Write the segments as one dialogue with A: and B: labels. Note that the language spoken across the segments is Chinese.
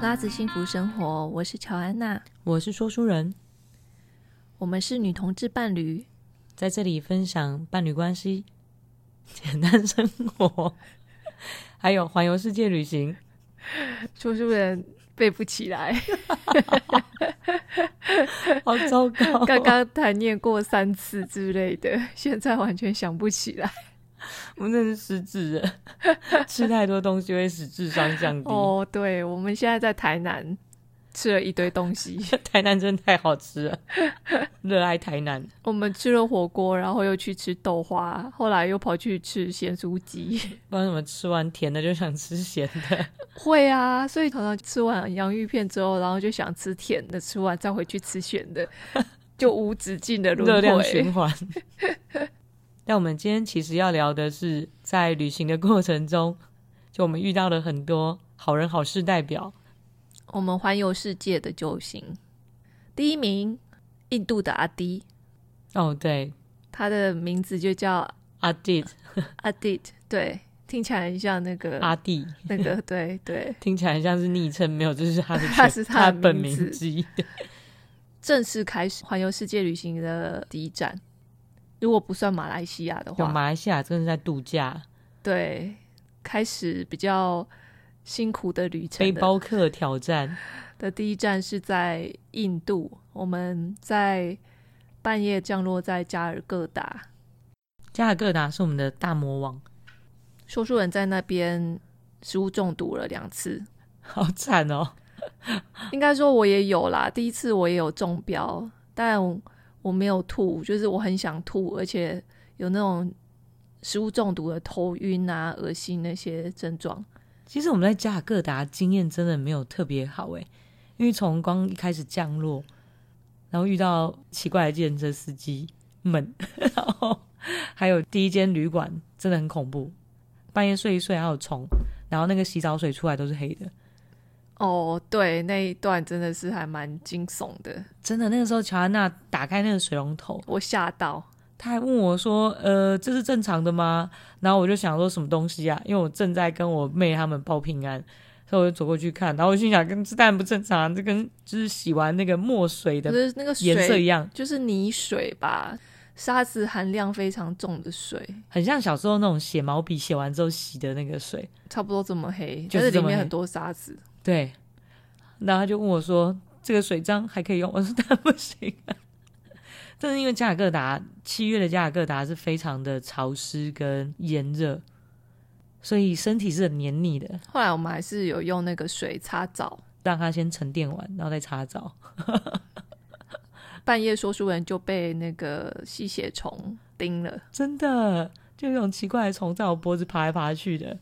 A: 拉子幸福生活，我是乔安娜，
B: 我是说书人，
A: 我们是女同志伴侣，
B: 在这里分享伴侣关系、 简单生活，还有环游世界旅行。
A: 说书人背不起 来，
B: 好糟糕、
A: 刚刚才念过三次之类的，现在完全想不起来。
B: 我真的是失智了， 吃太多东西会使智商降低。
A: 哦， 对，我们现在在台南吃了一堆东西，
B: 台南真的太好吃了，热爱台南。
A: 我们吃了火锅，然后又去吃豆花，后来又跑去吃咸酥鸡。
B: 不知道怎么吃完甜的就想吃咸的，
A: 会啊，所以常常吃完洋芋片之后，然后就想吃甜的，吃完再回去吃咸 的，就无止境的
B: 热
A: 轮
B: 量
A: 回。
B: 循环。但我们今天其实要聊的是，在旅行的过程中，就我们遇到了很多好人好事代表。
A: 我们环游世界的救星，第一名印度的阿迪，
B: 哦，对
A: 他的名字就叫
B: 阿弟，
A: 阿迪，对，听起来很像那个、
B: 阿弟
A: 那个， 对对，
B: 听起来很像是昵称，没有，这是他的
A: 他是
B: 全
A: 他的
B: 他本
A: 名字
B: 名之一。
A: 正式开始环游世界旅行的第一站，如果不算马来西亚的
B: 有
A: 话，
B: 马来西亚真的是在度假，
A: 对，开始比较辛苦的旅程
B: 背
A: 的
B: 包客挑战，
A: 的第一站是在印度，我们在半夜降落在加尔各答，
B: 加尔各答是我们的大魔王，
A: 说书人在那边食物中毒了两次。
B: 好惨哦！
A: 应该说我也有啦，第一次我也有中标，但我没有吐，就是我很想吐，而且有那种食物中毒的头晕啊、恶心那些症状。
B: 其实我们在加尔各答经验真的没有特别好诶，因为从光一开始降落，然后遇到奇怪的计程车司机们，然后还有第一间旅馆真的很恐怖，半夜睡一睡还有虫，然后那个洗澡水出来都是黑的，
A: 哦，对，那一段真的是还蛮惊悚的，
B: 真的那个时候乔安娜打开那个水龙头，
A: 我吓到。
B: 他还问我说：“呃，这是正常的吗？”然后我就想说什么东西啊，因为我正在跟我妹他们报平安，所以我就走过去看。然后我心想，跟这当然不正常啊，这跟就是洗完那个墨水
A: 可
B: 的
A: 是那个
B: 颜色一
A: 水
B: 样，
A: 就是泥水吧，沙子含量非常重的水，
B: 很像小时候那种写毛笔写完之后洗的那个水。
A: 差不多这么黑，
B: 就
A: 但是
B: 是这
A: 里
B: 么
A: 面
B: 黑
A: 很多沙子。
B: 对，然后他就问我说：“这个水脏还可以用？”我说：“当 然不行、啊。”但是因为加尔各答七月的加尔各答是非常的潮湿跟炎热，所以身体是很黏腻的。
A: 后来我们还是有用那个水擦澡，
B: 让它先沉淀完，然后再擦澡。
A: 半夜说书人就被那个吸血虫叮了。
B: 真的，就有一种奇怪的虫在我脖子爬来爬去的。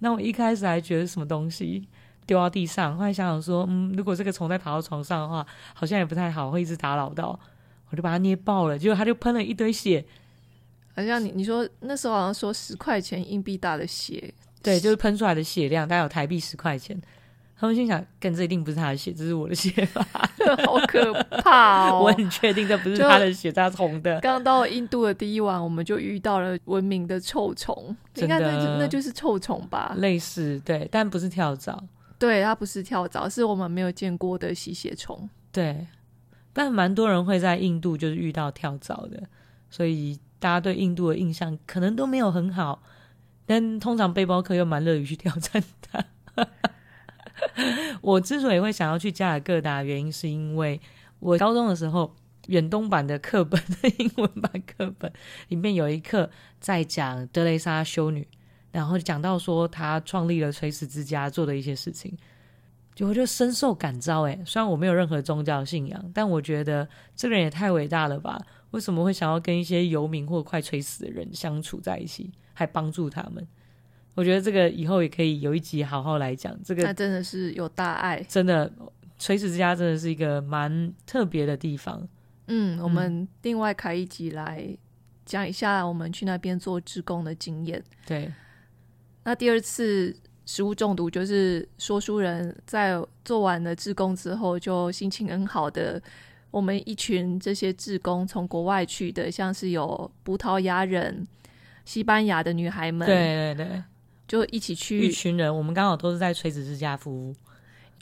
B: 那我一开始还觉得是什么东西丢到地上，后来想想说，嗯，如果这个虫再爬到床上的话，好像也不太好，会一直打扰到。我就把它捏爆了，结果它就喷了一堆血，
A: 好像你你说那时候好像说十块钱硬币大的 血，
B: 对，就是喷出来的血量大概有台币十块钱。他们心想，干这一定不是他的血，这是我的血吧？
A: 好可怕
B: 我
A: 哦！
B: 很确定这不是
A: 就
B: 他的血，它是红的。
A: 刚到印度的第一晚，我们就遇到了文明的臭虫，应
B: 真的啊
A: 该那就那就是臭虫吧？
B: 类似对，但不是跳蚤。
A: 对，它不是跳蚤，是我们没有见过的吸血虫。
B: 对，但蛮多人会在印度就是遇到跳蚤的，所以大家对印度的印象可能都没有很好。但通常背包客又蛮乐于去 挑战它。我之所以会想要去加尔各答，原因是因为我高中的时候，远东版的课本 的英文版课本里面有一课在讲德蕾莎修女，然后讲到说她创立了垂死之家做的一些事情。就我就深受感召诶，虽然我没有任何宗教信仰，但我觉得这个人也太伟大了吧！为什么会想要跟一些游民或快垂死的人相处在一起，还帮助他们？我觉得这个以后也可以有一集好好来讲。这
A: 那
B: 个
A: 真的是有大爱。
B: 真的，垂死之家真的是一个蛮特别的地方。
A: 嗯，我们另外开一集来讲一下我们去那边做志工的经验。
B: 对，
A: 那第二次食物中毒，就是说书人在做完了志工之后，就心情很好的。我们一群这些志工从国外去的，像是有葡萄牙人、西班牙的女孩们，，
B: 对对对，
A: 就一起去
B: 一群人，我们刚好都是在垂死之家服务，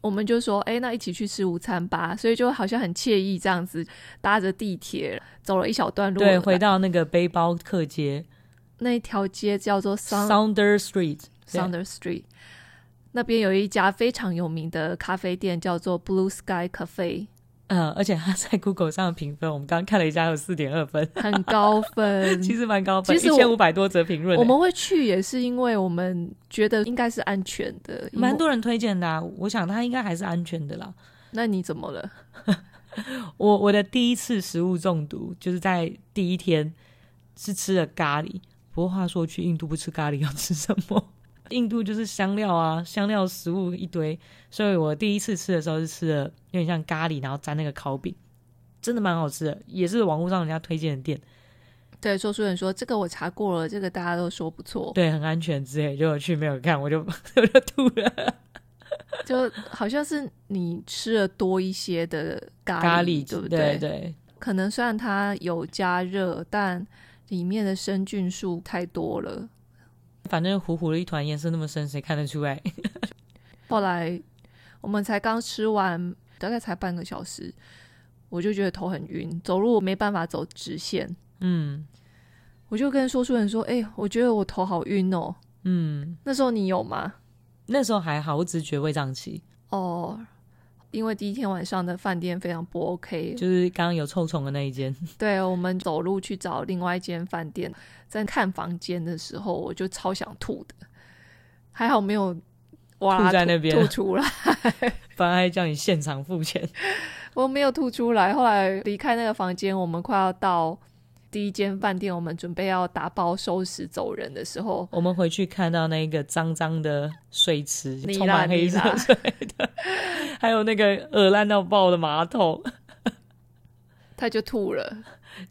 A: 我们就说，哎，那一起去吃午餐吧，所以就好像很惬意这样子，搭着地铁走了一小段路，
B: 对，回到那个背包客街
A: 那一条街叫做 Sound
B: Sounder Street，对
A: Sounder Street，那边有一家非常有名的咖啡店，叫做 Blue Sky Cafe，
B: 嗯，而且它在 Google 上的评分，我们刚刚看了一下，有四点二分，
A: 很高分。
B: 其实蛮高分，
A: 嗯
B: 一
A: 其实我
B: 千五百多则评论欸，
A: 我们会去也是因为我们觉得应该是安全的，因为
B: 蛮。多人推荐的、啊，我想它应该还是安全的啦。
A: 那你怎么了？
B: 我我的第一次食物中毒就是在第一天是吃了咖喱，不过话说去印度不吃咖喱要吃什么？ 印度就是香料啊，香料食物一堆，所以我第一次吃的时候是吃了有点像咖喱，然后沾那个烤饼，真的蛮好吃的，也是网络上人家推荐的店，
A: 对，说书人说这个我查过了，这个大家都说不错，
B: 对，很安全之类，结果去没有看，我就 我就吐了。
A: 就好像是你吃了多一些的咖喱，
B: 咖喱
A: 对不
B: 对
A: 对？
B: 对，
A: 可能虽然它有加热，但里面的生菌数太多了。
B: 反正糊糊的一团，颜色那么深，谁看得出来？
A: 后来我们才刚吃完，大概才半个小时，我就觉得头很晕，走路没办法走直线。
B: 嗯
A: 我就跟说书人说：“哎、我觉得我头好晕哦。
B: 嗯，”
A: 那时候你有吗？
B: 那时候还好，我只是觉得胃胀气，
A: 哦，因为第一天晚上的饭店非常不 OK，
B: 就是刚刚有臭虫的那一间。
A: 对我们走路去找另外一间饭店，在看房间的时候，我就超想吐的，还好没有哇啦
B: 吐在那边
A: 吐出来，
B: 反而还叫你现场付钱。
A: 我没有吐出来。后来离开那个房间，我们快要到第一间饭店，我们准备要打包收拾走人的时候，
B: 我们回去看到那个脏脏的水池，
A: 你啦
B: 充满黑色水的， 还有那个恶烂到爆的马桶。
A: 他就吐了。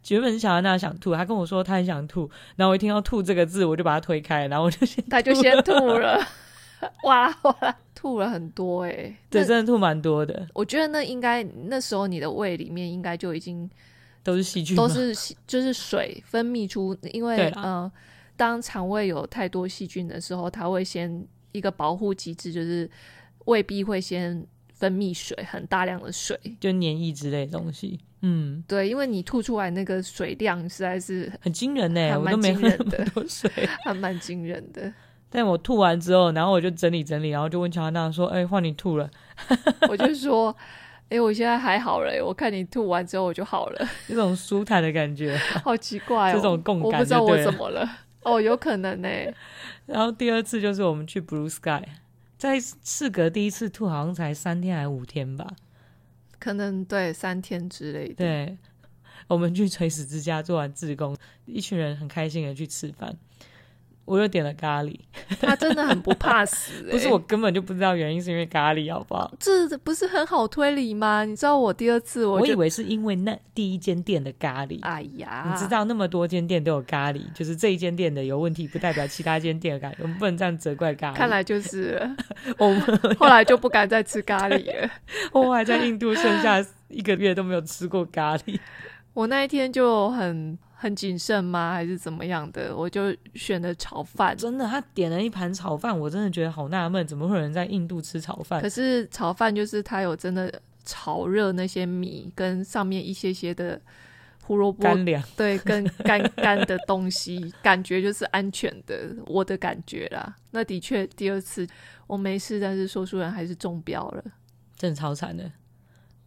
B: 原本小安娜想吐，她跟我说她很想吐，然后我一听到“吐”这个字，我就把它推开，然后我就先
A: 他就先吐 了，哇啦哇啦，吐了很多哎、欸。
B: 对，
A: 那
B: 真的吐蛮多的，
A: 我觉得那应该那时候你的胃里面应该就已经
B: 都是细菌吗，
A: 都是细就是水分泌出，因为
B: 对啦
A: 呃，当肠胃有太多细菌的时候，它会先一个保护机制，就是胃壁会先分泌水，很大量的水。
B: 就黏液之类的东西。嗯，
A: 对，因为你吐出来那个水量实在是
B: 很惊人呢、
A: 还
B: 我
A: 蛮
B: 都没喝
A: 惊人
B: 那么
A: 的
B: 多水。
A: 还蛮惊人的。
B: 但我吐完之后，然后我就整理整理，然后就问乔安娜说：“哎、换你吐了。
A: 我就说， 诶，我现在还好了、欸我看你吐完之后我就好了，”
B: 这种舒坦的感觉。
A: 好奇怪哦，
B: 这种共感
A: 我不知道
B: 就
A: 我
B: 对了
A: 怎么了。哦，有可能呢、
B: 然后第二次就是我们去 Blue Sky，在事隔第一次吐好像才三天还五天吧。
A: 可能对三天之类的。
B: 对，我们去垂死之家做完志工，一群人很开心的去吃饭，我又点了咖喱，
A: 他真的很不怕死、欸。
B: 不是我根本就不知道原因是因为咖喱，好不好？
A: 这不是很好推理吗？你知道我第二次
B: 我
A: 我就
B: 以为是因为那第一间店的咖喱。
A: 哎呀，
B: 你知道那么多间店都有咖喱，就是这一间店的有问题，不代表其他间店的咖喱，我们不能这样责怪咖喱。
A: 看来就是 了
B: 我们
A: 后来就不敢再吃咖喱了。
B: 我还在印度剩下一个月都没有吃过咖喱。
A: 我那一天就很很谨慎吗？还是怎么样的？我就选了炒饭，
B: 真的，他点了一盘炒饭，我真的觉得好纳闷，怎么会有人在印度吃炒饭
A: 可？是炒饭就是它有真的炒热那些米跟上面一些些的胡萝卜，
B: 干粮，
A: 对，跟干干的东西，感觉就是安全的，我的感觉啦。那的确，第二次我没事，但是说书人还是中标了。
B: 真的超惨的。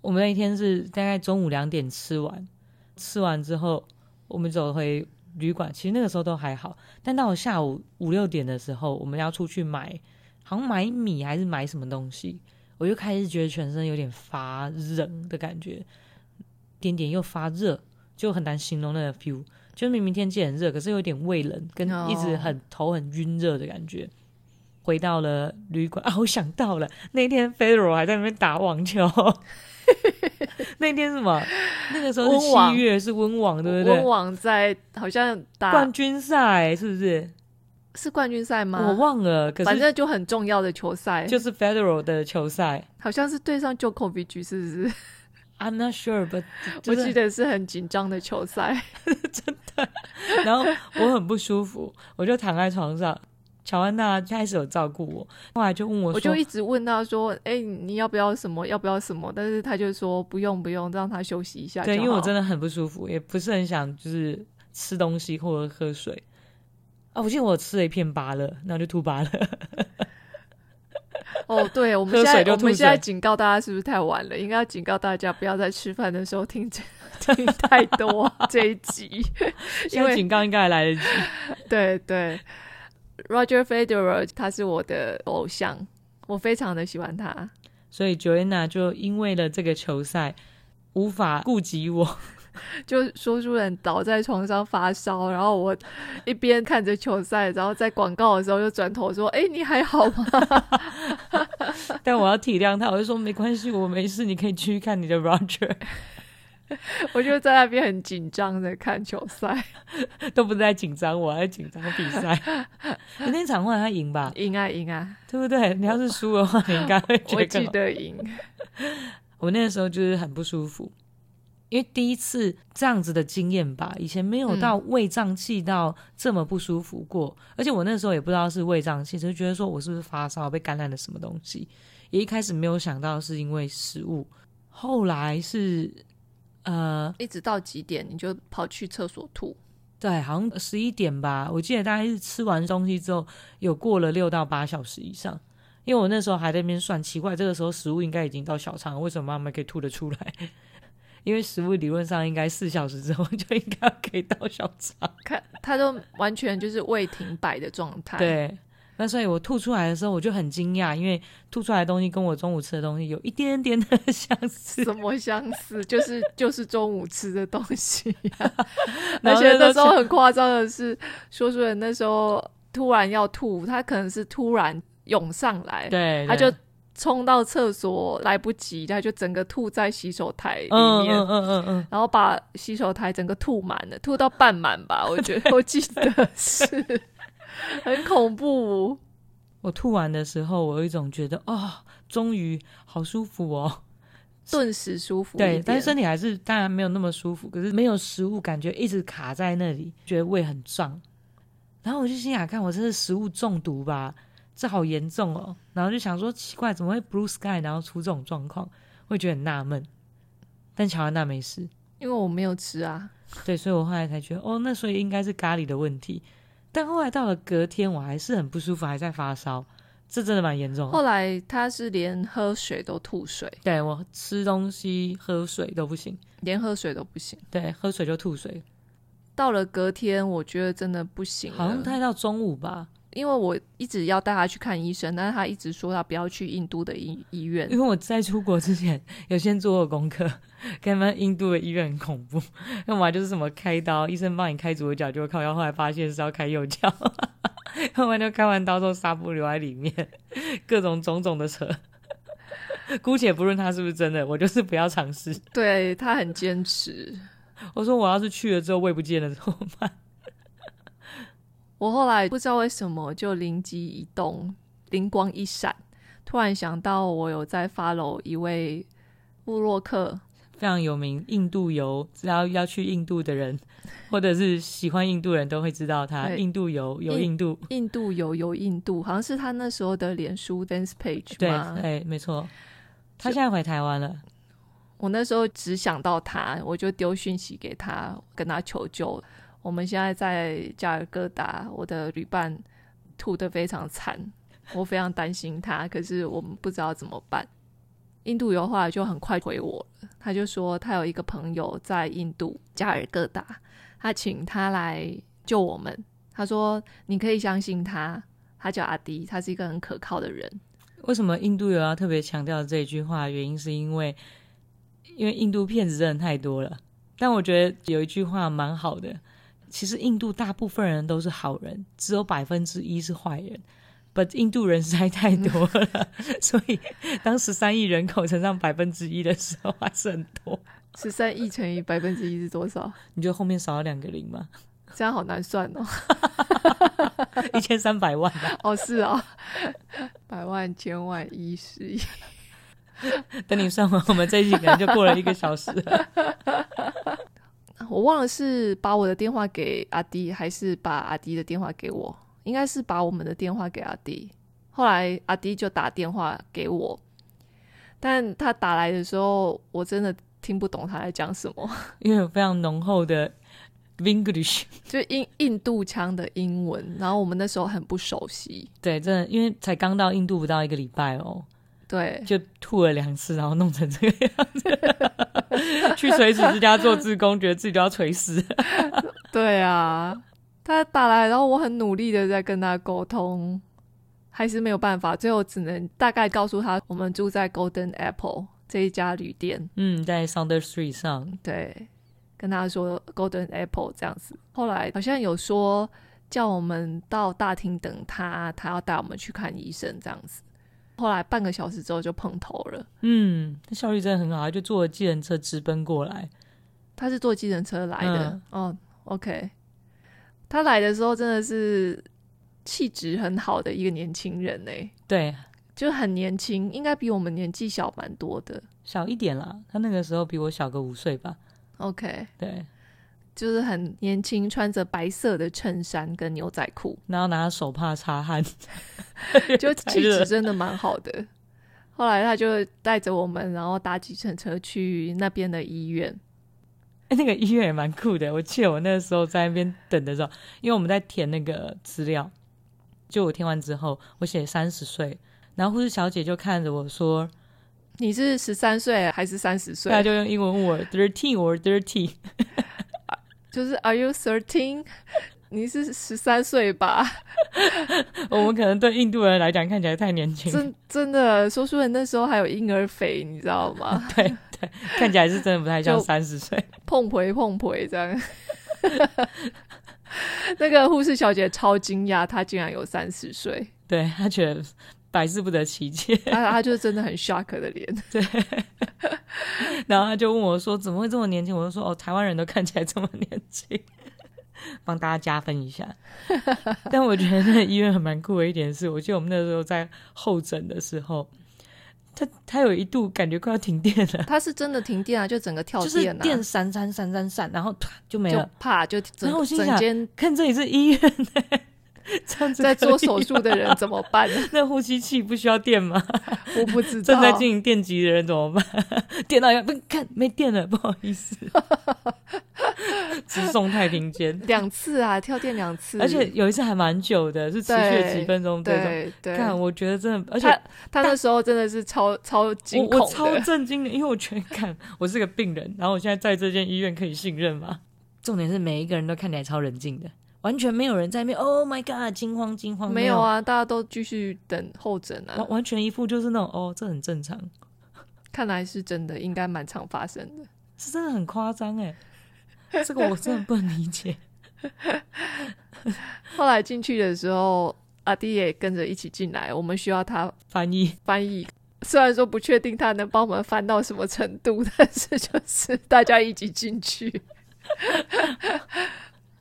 B: 我们那一天是大概中午两点吃完，吃完之后我们走回旅馆，其实那个时候都还好，但到了下午五六点的时候，我们要出去买，好像买米还是买什么东西，我就开始觉得全身有点发冷的感觉，点点又发热，就很难形容那个 feel。就明明天气很热，可是有点胃冷，跟
A: 哦
B: 一直很头很晕热的感觉。回到了旅馆啊，我想到了那天 f e d e r 还在那边打网球。那天什么？那个时候是
A: 温网
B: 七月，是温网，对不对
A: 温？网在好像打
B: 冠军赛是不是？
A: 是冠军赛吗？
B: 我忘了，可
A: 反
B: 是
A: 正就很重要的球赛，
B: 就是 Federal 的球赛
A: 好像是对上 Djokovic 是不是？
B: ，I'm not sure，but
A: 我
B: 就是
A: 记得是很紧张的球赛，
B: 然后我很不舒服，我就躺在床上。乔安娜开始有照顾我，后来就问我
A: 我
B: 说
A: 就一直问他说：“哎、你要不要什么？要不要什么？”但是他就说：“不用，不用，让他休息一下。”
B: 对，因为我真
A: 的，
B: 的很不舒服，也不是很想就是吃东西或者喝水。啊，我记得我吃了一片芭乐，然后就吐芭乐。
A: 哦，对，我们
B: 喝
A: 现
B: 水
A: 在
B: 就
A: 我
B: 吐
A: 们现在
B: 水
A: 警告大家是不是太晚了？应该要警告大家不要在吃饭的时候听这 听太多这一集。
B: 现在
A: 为
B: 警告应该还来得及。
A: 对对，Roger Federer 他是我的偶像，我非常的喜欢他。
B: 所以 Joanna 就因为了这个球赛无法顾及我，
A: 就说书人倒在床上发烧，然后我一边看着球赛，然后在广告的时候就转头说：“哎、你还好吗
B: 但我要体谅他，我就说没关系，我没事，你可以继续看你的 Roger，？”
A: 我就在那边很紧张的看球赛，
B: 都不是在紧张我，还在紧张比赛。 你那场后来他赢吧，
A: 赢啊赢啊，
B: 对不对？你要是输的话，你应该会觉
A: 我记
B: 得
A: 得赢。
B: 我那时候就是很不舒服，因为第一次这样子的经验吧，以前没有到胃胀气到这么不舒服过，而且我那时候也不知道是胃胀气，只是觉得说我是不是发烧被感染了什么东西，也一开始没有想到是因为食物，后来是呃，
A: 一直到几点你就跑去厕所吐？
B: 对，好像十一点吧，我记得大概是吃完东西之后有过了六到八小时以上。因为我那时候还在那边算，奇怪，这个时候食物应该已经到小肠了，为什么妈妈可以吐得出来？ 因为食物理论上应该四小时之后就应该可以到小 肠。
A: 看他都完全就是未停摆的状态。，
B: 对，那所以我吐出来的时候我就很惊讶，因为吐出来的东西跟我中午吃的东西有一点点的相 似。
A: 什么相似？ 就是就是中午吃的东西、啊
B: 然
A: 而
B: 后
A: 且
B: 那
A: 那
B: 时
A: 时
B: 候
A: 候很夸张的是，说书人那时候突然要吐，他可能是突然涌上来，
B: 对，
A: 他就
B: 对
A: 冲到厕所来不及，他就整个吐在洗手台里
B: 嗯
A: 面。
B: 嗯嗯嗯嗯，
A: 然后把洗手台整个吐满了，吐到半满吧，我觉 得我记得是，很恐怖。
B: 我吐完的时候，我有一种觉得哦，终于好舒服哦。
A: 顿时舒服一
B: 对，
A: 点
B: 但是身体还是当然没有那么舒服，可是没有食物，感觉一直卡在那里，觉得胃很胀。然后我就心想，看我这是食物中毒吧，这好严重哦。然后就想说，奇怪，怎么会 Blue Sky 然后出这种状况，会觉得很纳闷。但乔安娜没事，
A: 因为我没有吃啊，
B: 对，所以我后来才觉得，哦，那所以应该是咖喱的问题。但后来到了隔天，我还是很不舒服，还在发烧，这真的蛮严重的。
A: 后来他是连喝水都吐水，
B: 对我吃东西、喝水都不行，
A: 连喝水都不行。
B: 对，喝水就吐水，
A: 到了隔天，我觉得真的不行了，
B: 好像待到中午吧，
A: 因为我一直要带他去看医生，但是他一直说他不要去印度的医医院
B: 因。为我在出国之前有先做过功课，跟他们印度的医院很恐怖，要么就是什么开刀，医生帮你开左脚就靠腰，后来发现是要开右脚， 要不然就开完刀之后纱布留在里面，各种种种的扯。姑且不论它是不是真的，我就是不要尝试。
A: 对他很坚持。
B: 我说我要是去了之后 胃不见了怎么办？
A: 我后来不知道为什么就灵机一动，灵光一闪，突然想到我有在 follow 一位布洛克，
B: 非常有名，印度游，只要要去印度的人，或者是喜欢印度人都会知道他。
A: 对
B: 印度游有
A: 印
B: 印度，
A: 印度游游印度，好像是他那时候的脸书 dance page
B: 对，
A: 吗？
B: 哎，没错。他现在回台湾了。
A: 我那时候只想到他，我就丢讯息给他，跟他求救。我们现在在加尔各答，我的旅伴吐得非常惨，我非常担心他，可是我们不知道怎么办。印度游后来就很快回我了，他就说他有一个朋友在印度加尔各答，他请他来救我们。他说你可以相信他，他叫阿迪，他是一个很可靠的人。
B: 为什么印度有要特别强调这一句话？原因是因为，因为印度骗子真的太多了。但我觉得有一句话蛮好的，其实印度大部分人都是好人，只有百分之一是坏人。But 印度人实在太多了， 所以当十三亿人口乘上百分之一的时候，还是很多。
A: 十三亿乘以百分之一是多少？
B: 你觉得后面少了两个零吗？
A: 这样好难算哦。
B: 一千三百万，
A: 哦，是啊，百万、千万、一十亿，
B: 等你算完，我们这一集可能就过了一个小时了。
A: 我忘了是把我的电话给阿迪，还是把阿迪的电话给我，应该是把我们的电话给阿迪，后来阿迪就打电话给我，但他打来的时候，我真的听不懂他在讲什么，
B: 因为有非常浓厚的 English，
A: 就印印度腔的英文，然后我们那时候很不熟悉，
B: 对，真的，因为才刚到印度不到一个礼拜哦，
A: 对，
B: 就吐了两次，然后弄成这个样子，去垂死之家做志工，觉得自己都要垂死。
A: 对啊，他打来，然后我很努力的在跟他沟通，还是没有办法，最后只能大概告诉他，我们住在 Golden Apple 这一家旅店，
B: 嗯，在 Sounder Street 上，
A: 对，跟他说 Golden Apple 这样子。后来好像有说叫我们到大厅等他，他要带我们去看医生这样子。后来半个小时之后就碰头了，
B: 嗯，他效率真的很好，他就坐了计程车直奔过来，
A: 他是坐计程车来的，
B: 嗯
A: 哦，OK，他来的时候真的是气质很好的一个年轻人呢、
B: 对，
A: 就很年轻，应该比我们年纪小蛮多的。
B: 小一点啦，他那个时候比我小个五岁吧，
A: OK，
B: 对，
A: 就是很年轻，穿着白色的衬衫跟牛仔 裤，
B: 然后拿手帕擦 汗，
A: 就气质真的蛮好的。后来他就带着我们，然后搭计程车去那边的医院。
B: 哎、那个医院也蛮酷的。我记得我那时候在那边等的时候，因为我们在填那个资料，就我填完之后，我写三十岁，然后护士小姐就看着我说，
A: 你是十三岁还是三十岁？
B: 她就用英文问我 thirteen or thirty，
A: 就是 Are you thirteen？你是十三岁吧？
B: 我们可能对印度人来讲看起来太年轻，
A: 真 真的，说书人那时候还有婴儿肥，你知道 吗？
B: 对对，看起来是真的不太像
A: 就
B: 三十岁。
A: 碰回碰回这样。 那个护士小姐超惊讶，她竟然有三十岁，
B: 对她觉得百思不得其解，
A: 她她就真的很 shock 的脸。
B: 然后她就问我说：“怎么会这么年轻？”我就说：“哦，台湾人都看起来这么年轻。” 帮大家加分一下。但我觉得那个医院很蛮酷的一点是，我记得我们那时候在候诊的时候，他他有一度感觉快要停电了，
A: 她是真的停电啊，就整个跳
B: 就是
A: 啊，
B: 电闪闪闪闪闪，然后突然就没
A: 就
B: 了。
A: 怕就整
B: 然后我心想
A: 整间
B: 看这里是医院、 欸，这样子
A: 在
B: 可
A: 做
B: 以
A: 手术的人
B: 吗，
A: 怎么办？
B: 那呼吸器不需要电吗？
A: 我不知道
B: 正。在进行电极的人怎么办？ 电到一半，不看没电了，不好意思， 直送太平间。
A: 两次啊，跳电两次，
B: 而且有一次还蛮久的，是持续了
A: 对
B: 几分钟这种。
A: 对对，
B: 看，我觉得真的，而且
A: 她她那时候真的是超超惊
B: 我
A: 恐
B: 我超
A: 的，啊
B: 震惊的，因为我全看我是个病人，然后我现在在这间医院可以信任吗？重点是每一个人都看起来超冷静的，完全没有人在那边。Oh my god，惊慌惊慌，
A: 没有，啊，大家都继续等候诊啊
B: 完，完全一副就是那种哦，这很正常，
A: 看来是真的，应该蛮常发生的。
B: 是真的很夸张哎，这个我真的不能理解。
A: 后来进去的时候，阿弟也跟着一起进来，我们需要他
B: 翻译
A: 翻译。虽然说不确定他能帮我们翻到什么程度，但是就是大家一起进去。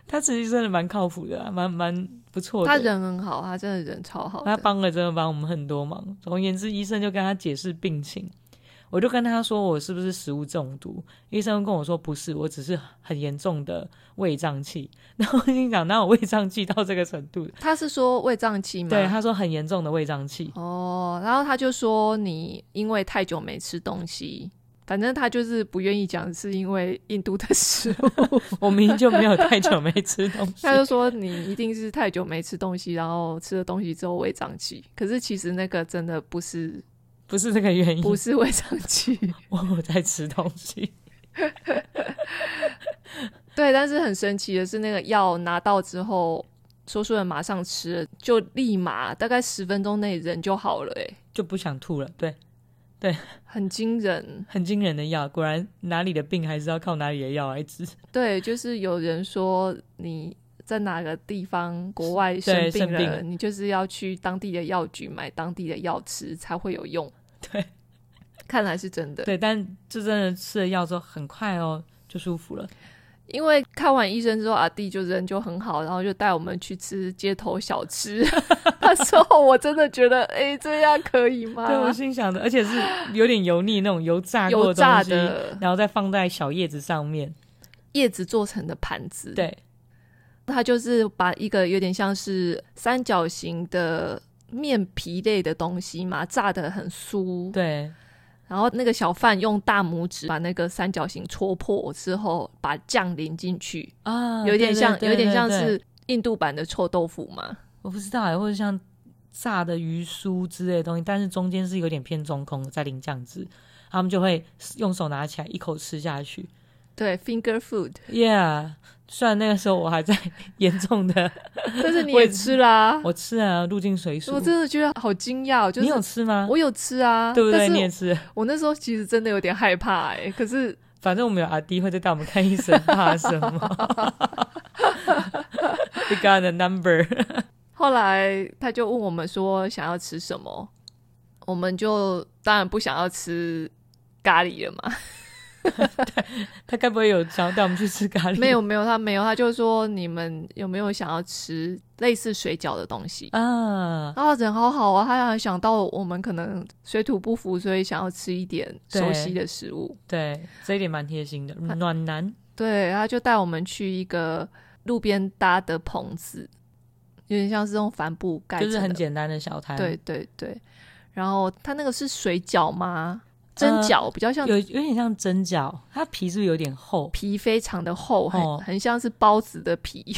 B: 他其实真的蛮靠谱的、啊，蛮蛮不错的。
A: 他人很好，他真的人超好的
B: 他帮了真的帮我们很多忙。总而言之，医生就跟他解释病情，我就跟他说我是不是食物中毒，医生跟我说不是，我只是很严重的胃胀气。 然后我心想，哪有胃胀气到这个程 度？
A: 他是说胃胀气吗？
B: 对，他说很严重的胃胀气。
A: 哦，然后他就说你因为太久没吃东西，反正他就是不愿意讲是因为印度的食物，
B: 我明明就没有太久没吃东 西
A: 他，就说你一定是太久没吃东西，然后吃了东西之后胃胀气。可是其实那个真的不是
B: 不是这个原因，
A: 不是胃胀气。
B: 我我在吃东西。
A: 对，但是很神奇的是，那个药拿到之后，说书人马上吃了，就立马大概十分钟内人就好了、欸，
B: 就不想吐了，对，
A: 很惊人。
B: 很惊人的药，果然哪里的病还是要靠哪里的药来治。
A: 对，就是有人说你在哪个地方国外生
B: 对
A: 病
B: 生
A: 了，
B: 病了
A: 你就是要去当地的药局买当地的药吃才会有用。
B: 对，
A: 看来是真的。
B: 对，但这真的吃了药之后，很快哦就舒服了。
A: 因为看完医生之后，阿弟就人就很好，然后就带我们去吃街头小 吃。那时候我真的觉得，哎、这样可以吗？
B: 对我心想的，而且是有点油腻那种油炸过
A: 啊油炸
B: 的东西，
A: 的
B: 然后再放在小叶子上面。
A: 叶子做成的盘子，，
B: 对，
A: 它就是把一个有点像是三角形的面皮类的东西嘛，炸得很酥，
B: 对，
A: 然后那个小贩用大拇指把那个三角形戳破之后，把酱淋进去，
B: 啊，
A: 有点
B: 对
A: 像，
B: 对
A: 有
B: 对
A: 点像
B: 对
A: 是印度版的臭豆腐嘛。
B: 我不知道欸，或者像炸的鱼酥之类的东西，但是中间是有点偏中空的，在淋酱汁，他们就会用手拿起来一口吃下去。
A: 对，finger food，
B: Yeah，虽然那个时候我还在 严重的，
A: 但是你
B: 我
A: 也
B: 也
A: 吃啦、
B: 我吃啊入境水俗
A: 我，真的觉得好惊讶哦，就
B: 你
A: 是
B: 有吃吗？
A: 我有吃啊，
B: 对不对？
A: 但
B: 你
A: 是
B: 也吃，
A: 我那时候其实真的有点害怕哎、可是
B: 反正我们有阿弟会再带我们看医生，怕什么 ？We got the number
A: 后来他就问我们说想要吃什么，我们就当然不想要吃咖喱了 嘛。
B: 他该不会有想要带我们去吃咖喱？
A: 没有没有，他没有，他就说你们有没有想要吃类似水饺的东西？
B: 啊，
A: 啊，人好好啊，他还想到我们可能水土不服，所以想要吃一点
B: 对
A: 熟悉的食物。
B: 对，这一点蛮贴心的，暖男。
A: 对，他就带我们去一个路边搭的棚子，有点像是用帆布盖
B: 就是很
A: 成的
B: 简单的小摊，
A: 对，对对，然后它那个是水饺吗？蒸
B: 呃
A: 饺、比较像
B: 有有点像蒸饺，它皮是不是有 点厚？
A: 皮非常的厚，很、
B: 哦
A: 很像是包子的皮，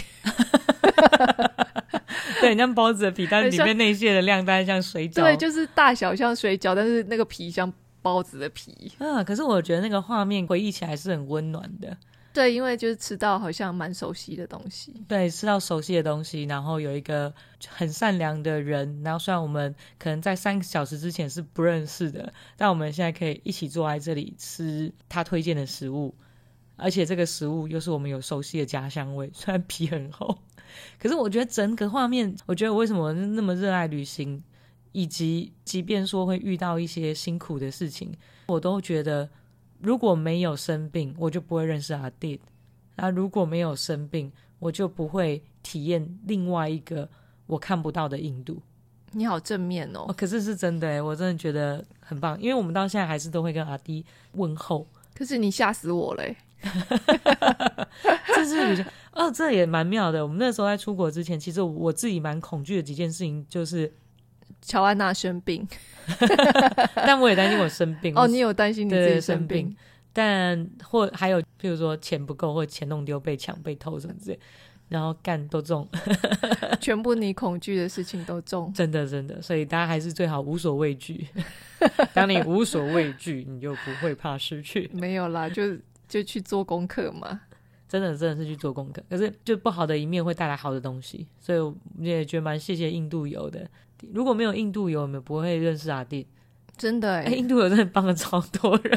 B: 对，很像包子的皮，但是
A: 很
B: 里
A: 像
B: 面内馅的量大概像水饺。
A: 对，就是大小像水饺，但是那个皮像包子的皮。
B: 啊，可是我觉得那个画面回忆起来是很温暖的。
A: 对，因为就是吃到好像蛮熟悉的东西，
B: 对，吃到熟悉的东西，然后有一个很善良的人，然后虽然我们可能在三个小时之前是不认识的，但我们现在可以一起坐在这里吃他推荐的食物，而且这个食物又是我们有熟悉的家乡味，虽然皮很厚，可是我觉得整个画面，我觉得我为什么那么热爱旅行，以及即便说会遇到一些辛苦的事情，我都觉得如果没有生病，我就不会认识阿弟。那如果没有生病，我就不会体验另外一个我看不到的印度。
A: 你好正面
B: 哦，
A: 哦。
B: 可是是真的诶，我真的觉得很棒，因为我们到现在还是都会跟阿迪 问候，
A: 可是你吓死我嘞！
B: 这是旅行哦，这也蛮妙的。我们那时候在出国之前，其实我自己蛮恐惧的几件事情， 就是，
A: 乔安娜生 病
B: 但我也担心我生病。
A: 哦，你有担心你自
B: 对
A: 己生病？
B: 病， 但或还有，譬如说钱不够，或钱弄丢、被抢、被偷什么之类，然后干都中，
A: 全部你恐惧的事情都中。
B: 真的真的，所以大家还是最好无所畏惧。 当你无所畏惧，你就不会怕失去。
A: 没有啦，就就去做功课嘛。
B: 真的真的是去做功课，可是就不好的一面会带来好的东西，所以我也觉得蛮谢谢印度游的。如果没有印度游，我们不会认识阿弟。
A: 真的哎、
B: 哎、印度游真的帮了超多人。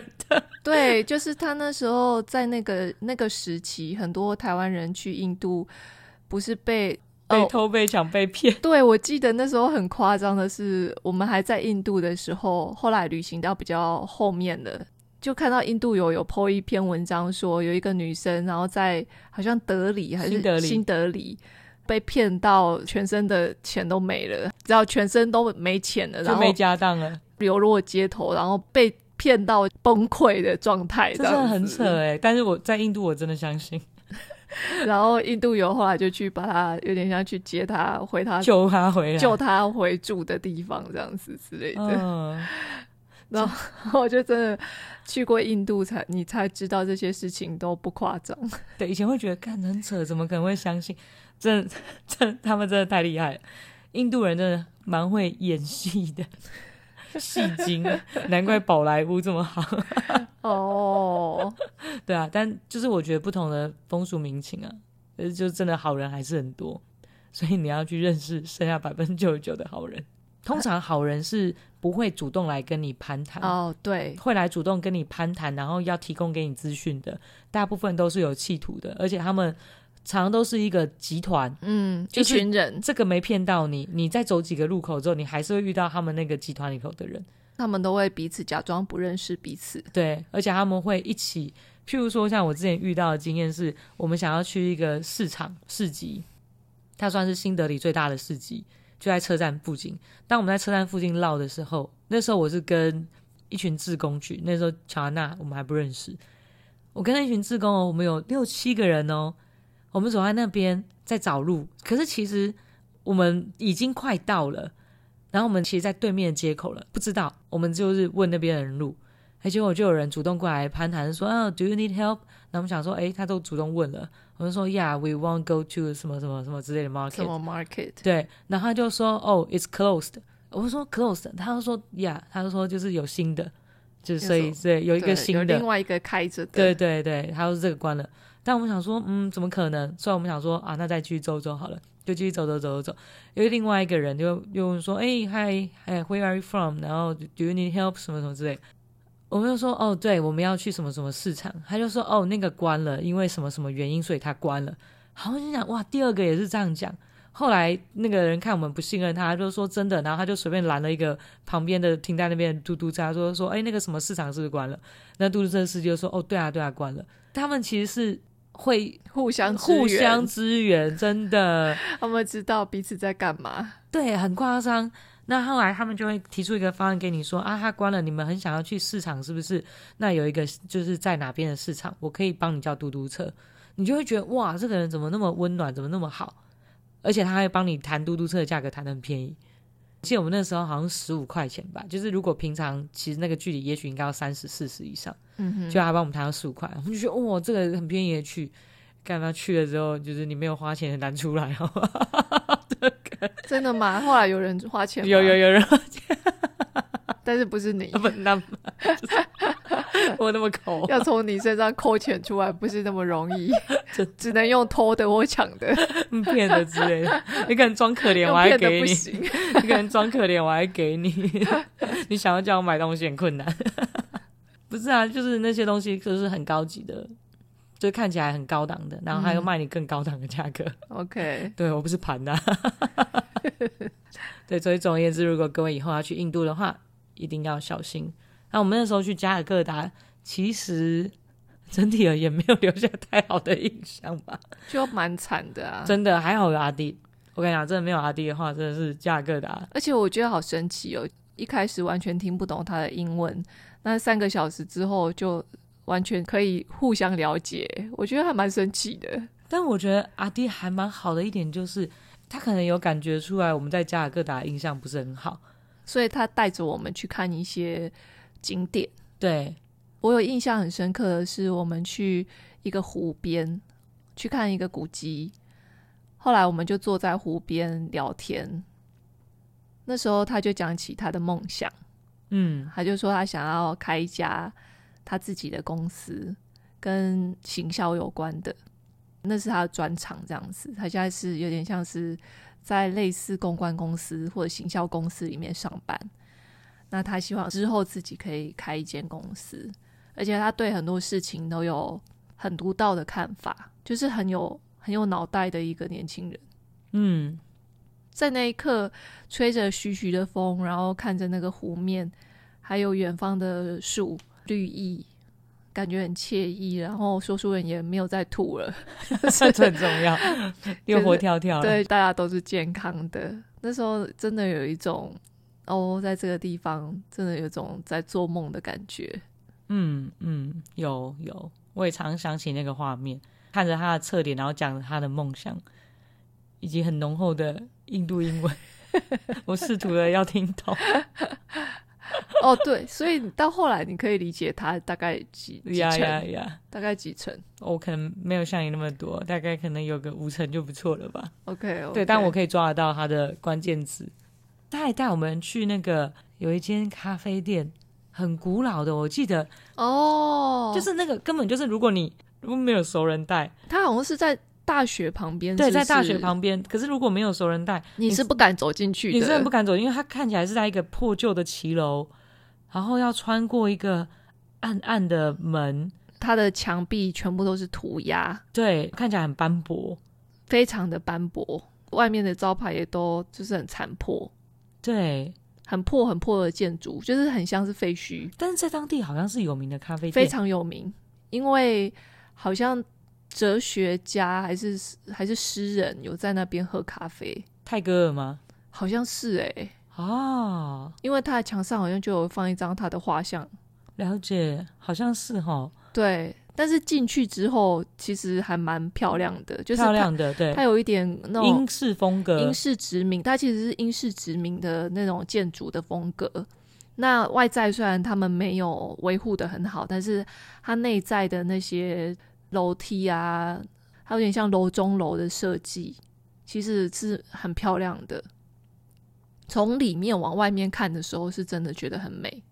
A: 对，就是他那时候在那个那个时期，很多台湾人去印度，不是被
B: 被
A: 哦，
B: 偷、被抢、被骗，
A: 对我记得那时候很夸张的是，我们还在印度的时候，后来旅行到比较后面的，就看到印度有有 po 一篇文章说，有一个女生，然后在好像德里还是
B: 新德里
A: 新德里被骗到全身的钱都没了，然后全身都没钱了，然
B: 就
A: 后
B: 没家当了，
A: 流落街头，然后被骗到崩溃的状态，
B: 这
A: 这
B: 真的
A: 样
B: 很
A: 子
B: 扯哎、但是我在印度，我真的相信
A: 然后印度游后来就去把他，有点像去接他回他
B: 救他回来。
A: 啊救他回住的地方这样子之类的。
B: 嗯，
A: 然后我就真的去过印度才你才知道这些事情都不夸 张。
B: 对，以前会觉得干很扯，怎么可能会相信？真 的真的他们真的太厉害了，印度人真的蛮会演戏的，戏精，难怪宝莱坞这么好。
A: 哦，
B: 对啊，但就是我觉得不同的风俗民情啊，呃，就真的好人还是很多，所以你要去认识剩下百分之九十九的好人。通常好人是不会主动来跟你攀谈，
A: 哦，对，
B: 会来主动跟你攀谈，然后要提供给你资讯的，大部分都是有企图的，而且他们常常都是一个集团。
A: 嗯，
B: 就
A: 一
B: 是
A: 群人，
B: 这个没骗到你，你再走几个路口之后，你还是会遇到他们那个集团里头的人。
A: 他们都会彼此假装不认识彼此。
B: 对，而且他们会一起，譬如说像我之前遇到的经验是，我们想要去一个市场市集，它算是新德里最大的市集，就在车站附近。当我们在车站附近绕的时候，那时候我是跟一群志工去，那时候乔安娜我们还不认识，我跟那群志工哦，我们有六七个人哦，我们走在那边，在找路，可是其实我们已经快到了，然后我们其实，在对面的街口了，不知道，我们就是问那边的人路，哎，结果就有人主动过来攀谈说，啊、d o you need help？然后我们想说，哎，他都主动问了，我们说，Yeah，we want go to 什么什么什么之类的 market，
A: 什么 market？
B: 对，然后他就说哦、i t s closed。我说 closed，他就说 yeah，他就说就是有新的，就是所以
A: 有
B: 对有一
A: 对
B: 个
A: 有
B: 新的
A: 另，外一个开着的，
B: 对对对，他说这个关了。但我们想说，嗯，怎么可能？所以我们想说啊，那再继续走走好了，就继续走走走走走。因为另外一个人就又问说，哎、嗨，哎，Where are you from？然后 Do you need help？什么什么之类。我们就说，哦，对，我们要去什么什么市场。他就说，哦，那个关了，因为什么什么原因，所以他关了。好，我就想，哇，第二个也是这样讲。后来那个人看我们不信任他，他就说真的，然后他就随便拦了一个旁边的停在那边的嘟嘟车，说说，哎，那个什么市场是不是关了？那嘟嘟车司机就说，哦，对啊，对啊，关了。他们其实是会
A: 互相支
B: 互
A: 援
B: 相，支援，真 的，
A: 他们知道彼此在干嘛。
B: 对，很夸张。那后来他们就会提出一个方案给你说啊，他关了，你们很想要去市场是不是？那有一个就是在哪边的市场，我可以帮你叫嘟嘟车，你就会觉得哇，这个人怎么那么温暖，怎么那么好，而且他还帮你谈嘟嘟车的价格谈得很便宜。记得我们那时候好像十五块钱吧，就是如果平常其实那个距离也许应该要三十、四十以上。
A: 嗯哼，
B: 就他帮我们谈到十五块，我们就觉得哇、这个很便宜的去。干嘛去了之后，就是你没有花钱很难出来， 好吧？
A: 啊 真的吗？后来有人花钱，
B: 有有，有人，，
A: 但是不是你
B: 不那 么，就是我那么抠，
A: 要从你身上扣钱出来不是那么容 易，只能用偷的或抢的，
B: 嗯骗的之类的。一个人装可怜，
A: 用
B: 我还
A: 骗的
B: 给
A: 不
B: 你；
A: 行。
B: 一个人装可怜，我还给你。 你想要叫我买东西很困难， 不是啊？就是那些东西就是很高级的，就看起来很高档的，然后他又
A: 嗯
B: 卖你更高档的价格。
A: OK，
B: 对我不是盘的、 对，所以总而言之，如果各位以后要去印度的话，一定要小心。那我们那时候去加尔各答，其实整体而言没有留下太好的印象吧。
A: 就蛮惨的啊。
B: 真的还好有阿弟，我跟你讲，真的没有阿弟的话，真的是加尔各答。
A: 而且我觉得好神奇哦，一开始完全听不懂他的英文，那三个小时之后就完全可以互相了解，我觉得还蛮神奇的。
B: 但我觉得阿弟还蛮好的一点就是，他可能有感觉出来我们在加尔各答的印象不是很好。
A: 所以他带着我们去看一些景点。
B: 对，
A: 我有印象很深刻的是，我们去一个湖边去看一个古迹，后来我们就坐在湖边聊天。那时候他就讲起他的梦想，
B: 嗯，
A: 他就说他想要开一家他自己的公司，跟行销有关的，那是他的专长这样子。他现在是有点像是在类似公关公司或者行销公司里面上班。那他希望之后自己可以开一间公司，而且他对很多事情都有很独到的看法，就是很有很有脑袋的一个年轻人。
B: 嗯，
A: 在那一刻，吹着徐徐的风，然后看着那个湖面，还有远方的树绿意，感觉很惬意。然后说书人也没有再吐了，
B: 这很重要，又活跳跳了。
A: 对，大家都是健康的。那时候真的有一种哦，在这个地方真的有种在做梦的感觉。
B: 嗯嗯，有有，我也常想起那个画面，看着他的侧脸，然后讲着他的梦想，以及很浓厚的印度英 文，我试图的要听懂，
A: 哦，对，所以你到后来你可以理解他大概几几
B: 呀呀
A: 成，
B: 呀，
A: 大概几成。
B: 我可能没有像你那么多，大概可能有个五成就不错了吧。
A: OK，,
B: 对，但我可以抓得到它的关键字。他还带我们去那个有一间咖啡店，很古老的，我记得
A: 哦，
B: 就是那个根本就是如果你如果没有熟人带，
A: 他好像是在大学旁边，嗯
B: 对，
A: 是不
B: 在大学
A: 是
B: 旁边，可是如果没有熟人带。
A: 你是不敢走进去的，
B: 你真的不敢走，因为它看起来是在一个破旧的骑楼，然后要穿过一个暗暗的门，
A: 它的墙壁全部都是涂鸦，
B: 对，看起来很斑驳，
A: 非常的斑驳，外面的招牌也都就是很残破，
B: 对。
A: 很破很破的建筑，就是很像是废墟，
B: 但是在当地好像是有名的咖啡店，
A: 非常有名，因为好像哲学家还是还是诗人有在那边喝咖啡，
B: 泰戈尔吗？
A: 好像是诶、
B: 哦，
A: 因为他的墙上好像就有放一张他的画像，
B: 了解，好像是哈。
A: 对，但是进去之后其实还蛮漂亮的，就是
B: 漂
A: 它
B: 亮的，对，
A: 它有一点那种
B: 英式风格
A: 英，式殖民，它其实是英式殖民的那种建筑的风格。那外在虽然他们没有维护的很好，但是它内在的那些楼梯啊，它有点像楼中楼的设计，其实是很漂亮的。从里面往外面看的时候，是真的觉得很美。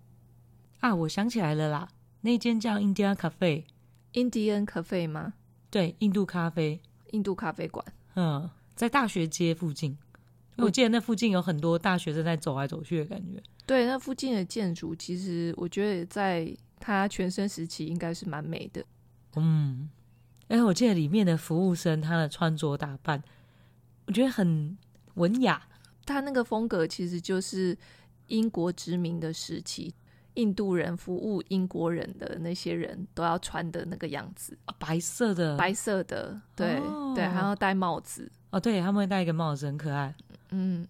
B: 啊，我想起来了啦，那间叫 India Cafe，
A: Indian Cafe 吗？
B: 对，印度咖啡，
A: 印度咖啡馆。
B: 嗯，在大学街附近。因为我记得那附近有很多大学生在走来走去的感觉，
A: 对，那附近的建筑，其实我觉得在它全盛时期应该是蛮美的。
B: 嗯，而且我记得里面的服务生他的穿着打扮，我觉得很文雅，
A: 它那个风格其实就是英国殖民的时期，印度人服务英国人的那些人都要穿的那个样子，
B: 啊白色的，
A: 白色的，对、
B: 哦
A: 对，还要戴帽子，
B: 哦，对他们会戴一个帽子，很可爱，
A: 嗯，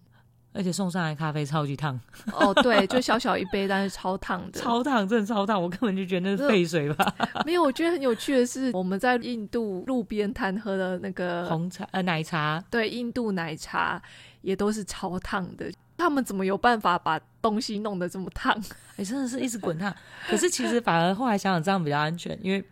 B: 而且送上来咖啡超级烫，
A: 哦，对，就小小一杯，但是超烫的，
B: 超烫，真的超烫，我根本就觉得那是
A: 那
B: 沸水吧，
A: 没有。我觉得很有趣的是，我们在印度路边摊喝的那个
B: 红茶呃奶茶，
A: 对印度奶茶也都是超烫的。他们怎么有办法把东西弄得这么烫？
B: 哎、真的是一直滚 烫。可是其实反而后来想想这样比较安全，因为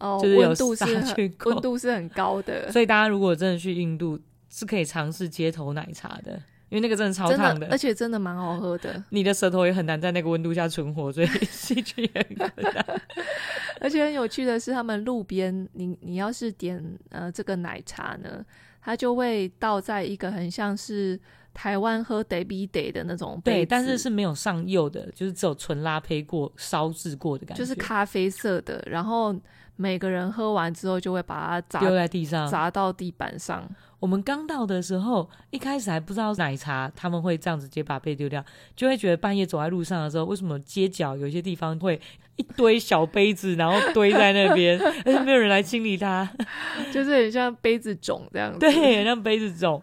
A: 哦，
B: 就是有
A: 温度是
B: 杀
A: 很
B: 菌过
A: 温度是很高的，
B: 所以大家如果真的去印度，是可以尝试街头奶茶的，因为那个真的超
A: 真
B: 烫
A: 的，而
B: 的。
A: 且真的蛮好喝的。
B: 你的舌头也很难在那个温度下存活，所以 细菌也很困难。
A: 而且很有趣的是，他们路边，你你要是点呃这个奶茶呢，它就会倒在一个很像是台湾喝 d a b y day 的那种杯
B: 对，
A: 子，
B: 但是是没有上釉的，就是只有纯拉胚过、烧制过的感觉，
A: 就是咖啡色的。然后每个人喝完之后，就会把它
B: 丢
A: 砸
B: 在地上。
A: 砸到地板上。
B: 我们刚到的时候，一开始还不知道奶茶他们会这样直接把杯丢掉，就会觉得半夜走在路上的时候，为什么街角有一些地方会一堆小杯子，然后堆在那 边，但是没有人来清理它，
A: 就是很像杯子种这样子。
B: 对，让杯子肿。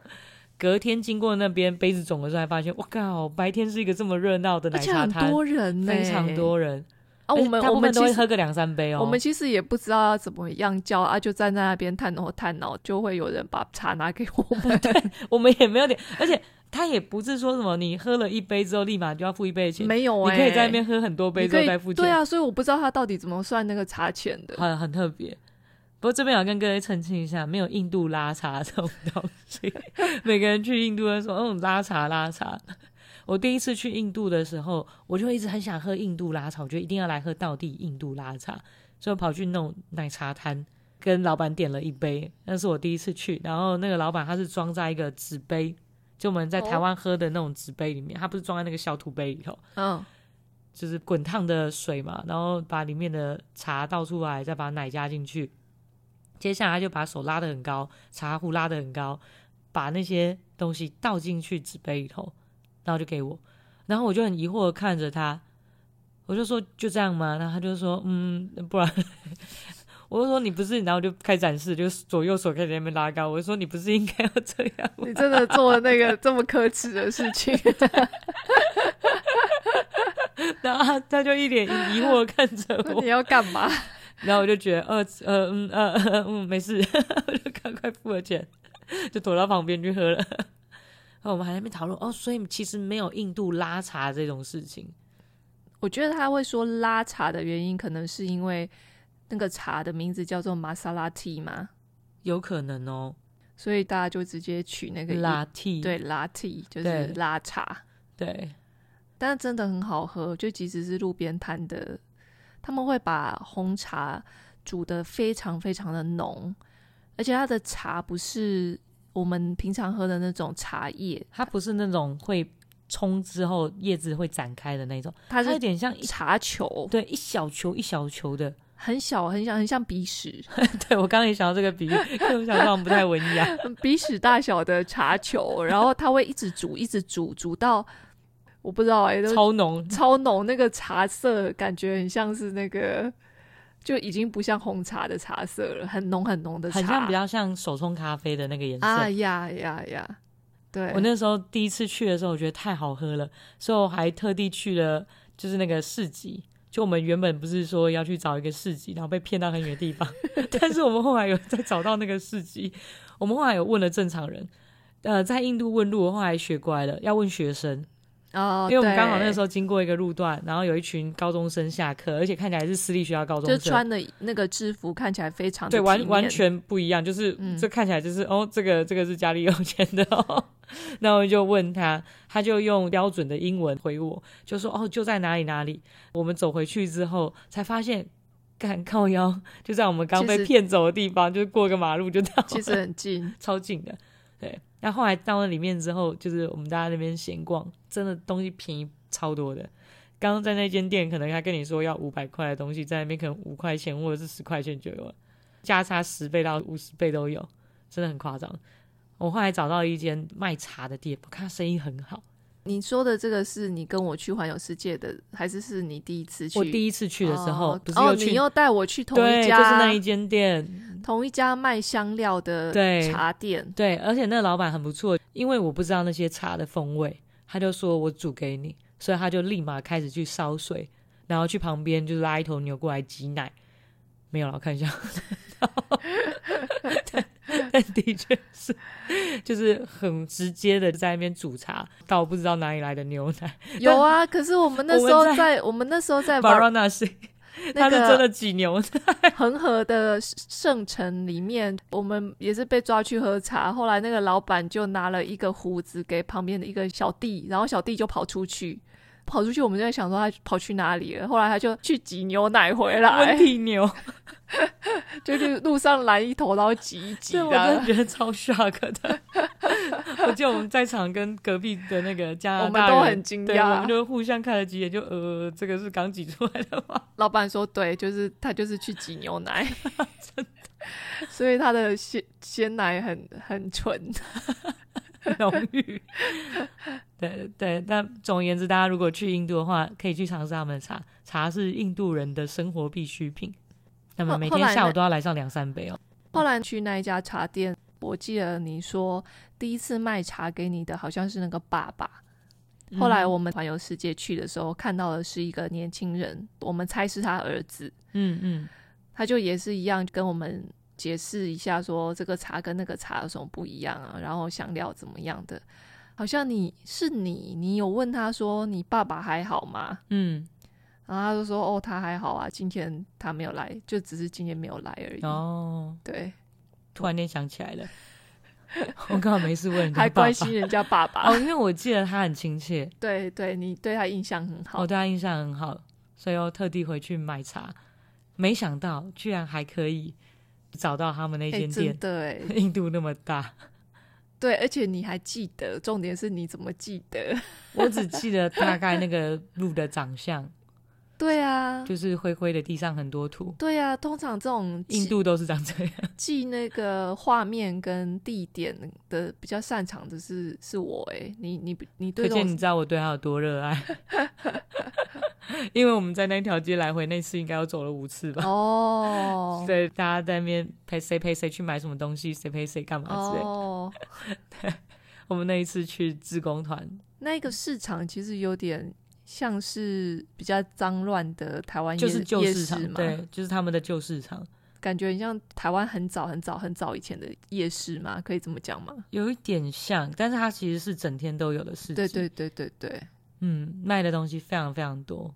B: 隔天经过那边杯子肿的时候，还发现，我靠，白天是一个这么热闹的
A: 而
B: 奶
A: 且
B: 茶
A: 很
B: 摊，
A: 多人呢、
B: 非常多人。
A: 啊！我
B: 而且
A: 们
B: 大
A: 我
B: 部
A: 们
B: 分都
A: 其
B: 会
A: 实
B: 喝个两三杯哦。
A: 我们其实也不知道要怎么样叫啊，就站在那边探头探脑，就会有人把茶拿给我们。
B: 我们也没有点，而且他也不是说什么你喝了一杯之后立马就要付一倍的钱，
A: 没有
B: 你
A: 哎、
B: 可以在那边喝很多杯
A: 你
B: 之
A: 可
B: 后
A: 以
B: 再付钱，
A: 对啊，所以我不知道他到底怎么算那个茶钱的。
B: 很很特别。不过这边要跟各位澄清一下，没有印度拉茶这种东西。每个人去印度都说，嗯，拉茶拉茶。我第一次去印度的时候，我就一直很想喝印度拉茶，我觉得一定要来喝道地印度拉茶，所以我跑去弄奶茶摊，跟老板点了一杯，那是我第一次去。然后那个老板他是装在一个纸杯，就我们在台湾喝的那种纸杯里面，他不是装在那个小土杯里头，
A: 嗯，
B: 就是滚烫的水嘛，然后把里面的茶倒出来，再把奶加进去。接下来他就把手拉得很高，茶壶拉得很高，把那些东西倒进去纸杯里头，然后就给我。然后我就很疑惑的看着他，我就说就这样吗？然后他就说嗯，不然。 我就说你不是，然后就开展示，就是左右手开始在那边拉高。我就说你不是应该要这样吗
A: 你？真的做了那个这么可耻的事情，
B: 然后他他就一脸疑惑地看着
A: 那
B: 我
A: 你，要干嘛？
B: 然后我就觉得，呃呃嗯呃呃嗯没事， 我就赶快付了钱，就躲到旁边去喝了。 然后我们还在那边讨论，哦，所以其实没有印度拉茶这种事情，
A: 我觉得他会说拉茶的原因，可能是因为那个茶的名字叫做玛莎拉蒂嘛，
B: 有可能哦，
A: 所以大家就直接取那个音
B: 拉 T
A: 对拉 T 就
B: 对
A: 是拉茶。
B: 对
A: 但是真的很好喝，就即使是路边摊的，他们会把红茶煮得非常非常的浓，而且它的茶不是我们平常喝的那种茶叶，
B: 它不是那种会冲之后叶子会展开的那种，
A: 它
B: 它有
A: 是
B: 点像一
A: 茶球，
B: 对一小球一小球的。
A: 很小很小很像鼻屎，
B: 对我刚刚也想到这个比喻，可是我想说不太文雅，
A: 鼻屎大小的茶球，然后它会一直煮一直煮煮到我不知道哎、都
B: 超浓，
A: 超浓，那个茶色感觉很像是那个。就已经不像红茶的茶色了，很浓很浓的茶，
B: 很像比较像手冲咖啡的那个颜色。
A: 啊呀呀呀！对，
B: 我那时候第一次去的时候，我觉得太好喝了，所以我还特地去了就是那个市集，就我们原本不是说要去找一个市集，然后被骗到很远的 地方，但是我们后来有再找到那个市集，我们后来有问了正常人，呃，在印度问路，我后来学乖了，要问学生，
A: 哦，
B: 因为我们刚好那
A: 对
B: 个时候经过一个路段，然后有一群高中生下课，而且看起来是私立学校高中
A: 就
B: 生，
A: 穿的那个制服看起来非常的
B: 对，完
A: 体面
B: 完全不一样，就是、
A: 嗯
B: 这看起来就是哦，这个这个是家里有钱的 哦。那我就问他，他就用标准的英文回我，就说哦，就在哪里哪里。我们走回去之后才发现，干靠腰就在我们刚
A: 其
B: 被
A: 实
B: 骗走的地方，就是过个马路就到了，
A: 其实很近，
B: 超近的。对，那后来到了里面之后，就是我们大家那边闲逛，真的东西便宜超多的。刚刚在那间店，可能他跟你说要五百块的东西，在那边可能五块钱或者是十块钱就有了，价差十倍到五十倍都有，真的很夸张。我后来找到一间卖茶的店，我看他生意很好。
A: 你说的这个是你跟我去环游世界的，还是是你第一次去？
B: 我第一次去的时候，
A: 哦
B: 不是
A: 哦，
B: 去、
A: 你又带我去同
B: 对，
A: 一
B: 就
A: 家，
B: 是那一间店，
A: 同一家卖香料的
B: 对
A: 茶店，
B: 对，而且那老板很不错，因为我不知道那些茶的风味，他就说我煮给你，所以他就立马开始去烧水，然后去旁边就拉一头牛过来挤奶，没有了，我看一 下，但但的确是就是很直接的在那边煮茶，倒不知道哪里来的牛奶，
A: 有啊。可是我们那时
B: 我
A: 候
B: 们
A: 在，我们那时候 在
B: 巴拉
A: 玩
B: 那是
A: 那
B: 他是真
A: 个
B: 的挤牛奶，
A: 恒河的圣城里面，我们也是被抓去喝茶。后来那个老板就拿了一个壶子给旁边的一个小弟，然后小弟就跑出去。跑出去，我们就在想说他跑去哪里了。后来他就去挤牛奶回
B: 温
A: 来，
B: 体牛，
A: 就是路上拦一头，然后挤一挤
B: 对，
A: 这
B: 我真
A: 样
B: 的。觉得超 shock 的。 我记得我们在场跟隔壁的那个加
A: 我
B: 拿
A: 们
B: 大
A: 都
B: 人
A: 很惊
B: 对，我们
A: 讶。
B: 就互相看了几眼，就呃，这个是刚挤出来的 吗？
A: 老板说：“对，就是他，就是去挤牛奶， 所以他的鲜鲜奶很很纯。
B: 浓郁。对对，但总而言之，大家如果去印度的话，可以去尝试他们的茶，茶是印度人的生活必需品。那么
A: 后
B: 每
A: 后
B: 天
A: 来
B: 下午
A: 呢
B: 都要来上两三杯哦。”
A: 后来去那一家茶店，我记得你说第一次卖茶给你的好像是那个爸爸。嗯
B: 嗯
A: 后来我们环游世界去的时候，看到的是一个年轻人，我们猜是他儿子，
B: 嗯嗯，
A: 他就也是一样跟我们解释一下说这个茶跟那个茶有什么不一样啊，然后香料怎么样的。好像你是你，你有问他说你爸爸还好吗？
B: 嗯
A: 然后他就说哦，他还好啊，今天他没有来，就只是今天没有来而已。
B: 哦，
A: 对，
B: 突然间想起来了， 我刚好没事问人家
A: 还
B: 爸
A: 关
B: 爸
A: 心人家爸爸。
B: 哦，因为我记得他很亲切，
A: 对对，你对他印象很好。
B: 哦我对他印象很好，所以又特地回去买茶，没想到居然还可以找到他们那
A: 哎
B: 间店
A: 真。的哎，
B: 印度那么大，
A: 对，而且你还记得，重点是你怎么记得？
B: 我只记得大概那个鹿的长 相，
A: 对啊，
B: 就是灰灰的，地上很多土。
A: 对啊，通常这种
B: 印
A: 记
B: 度都是长这样，
A: 记那个画面跟地点的比较擅长的是是我哎，你你你
B: 可
A: 对这
B: 见
A: 种
B: 你知道我对他有多热爱。 因为我们在那条街来回那次应该要走了五次吧。
A: 哦
B: 对，大家在那边陪谁陪谁去买什么东西，谁陪谁干嘛啊之类。
A: 哦，
B: 我们那一次去志工团，
A: 那个市场其实有点像是比较脏乱的台湾夜
B: 就是旧
A: 夜
B: 市场，
A: 市嘛，
B: 对，就是他们的旧市场，
A: 感觉很像台湾很早很早很早以前的夜市嘛，可以这么讲吗？
B: 有一点像，但是它其实是整天都有的市集。
A: 对对对对对。
B: 嗯，卖的东西非常非常多，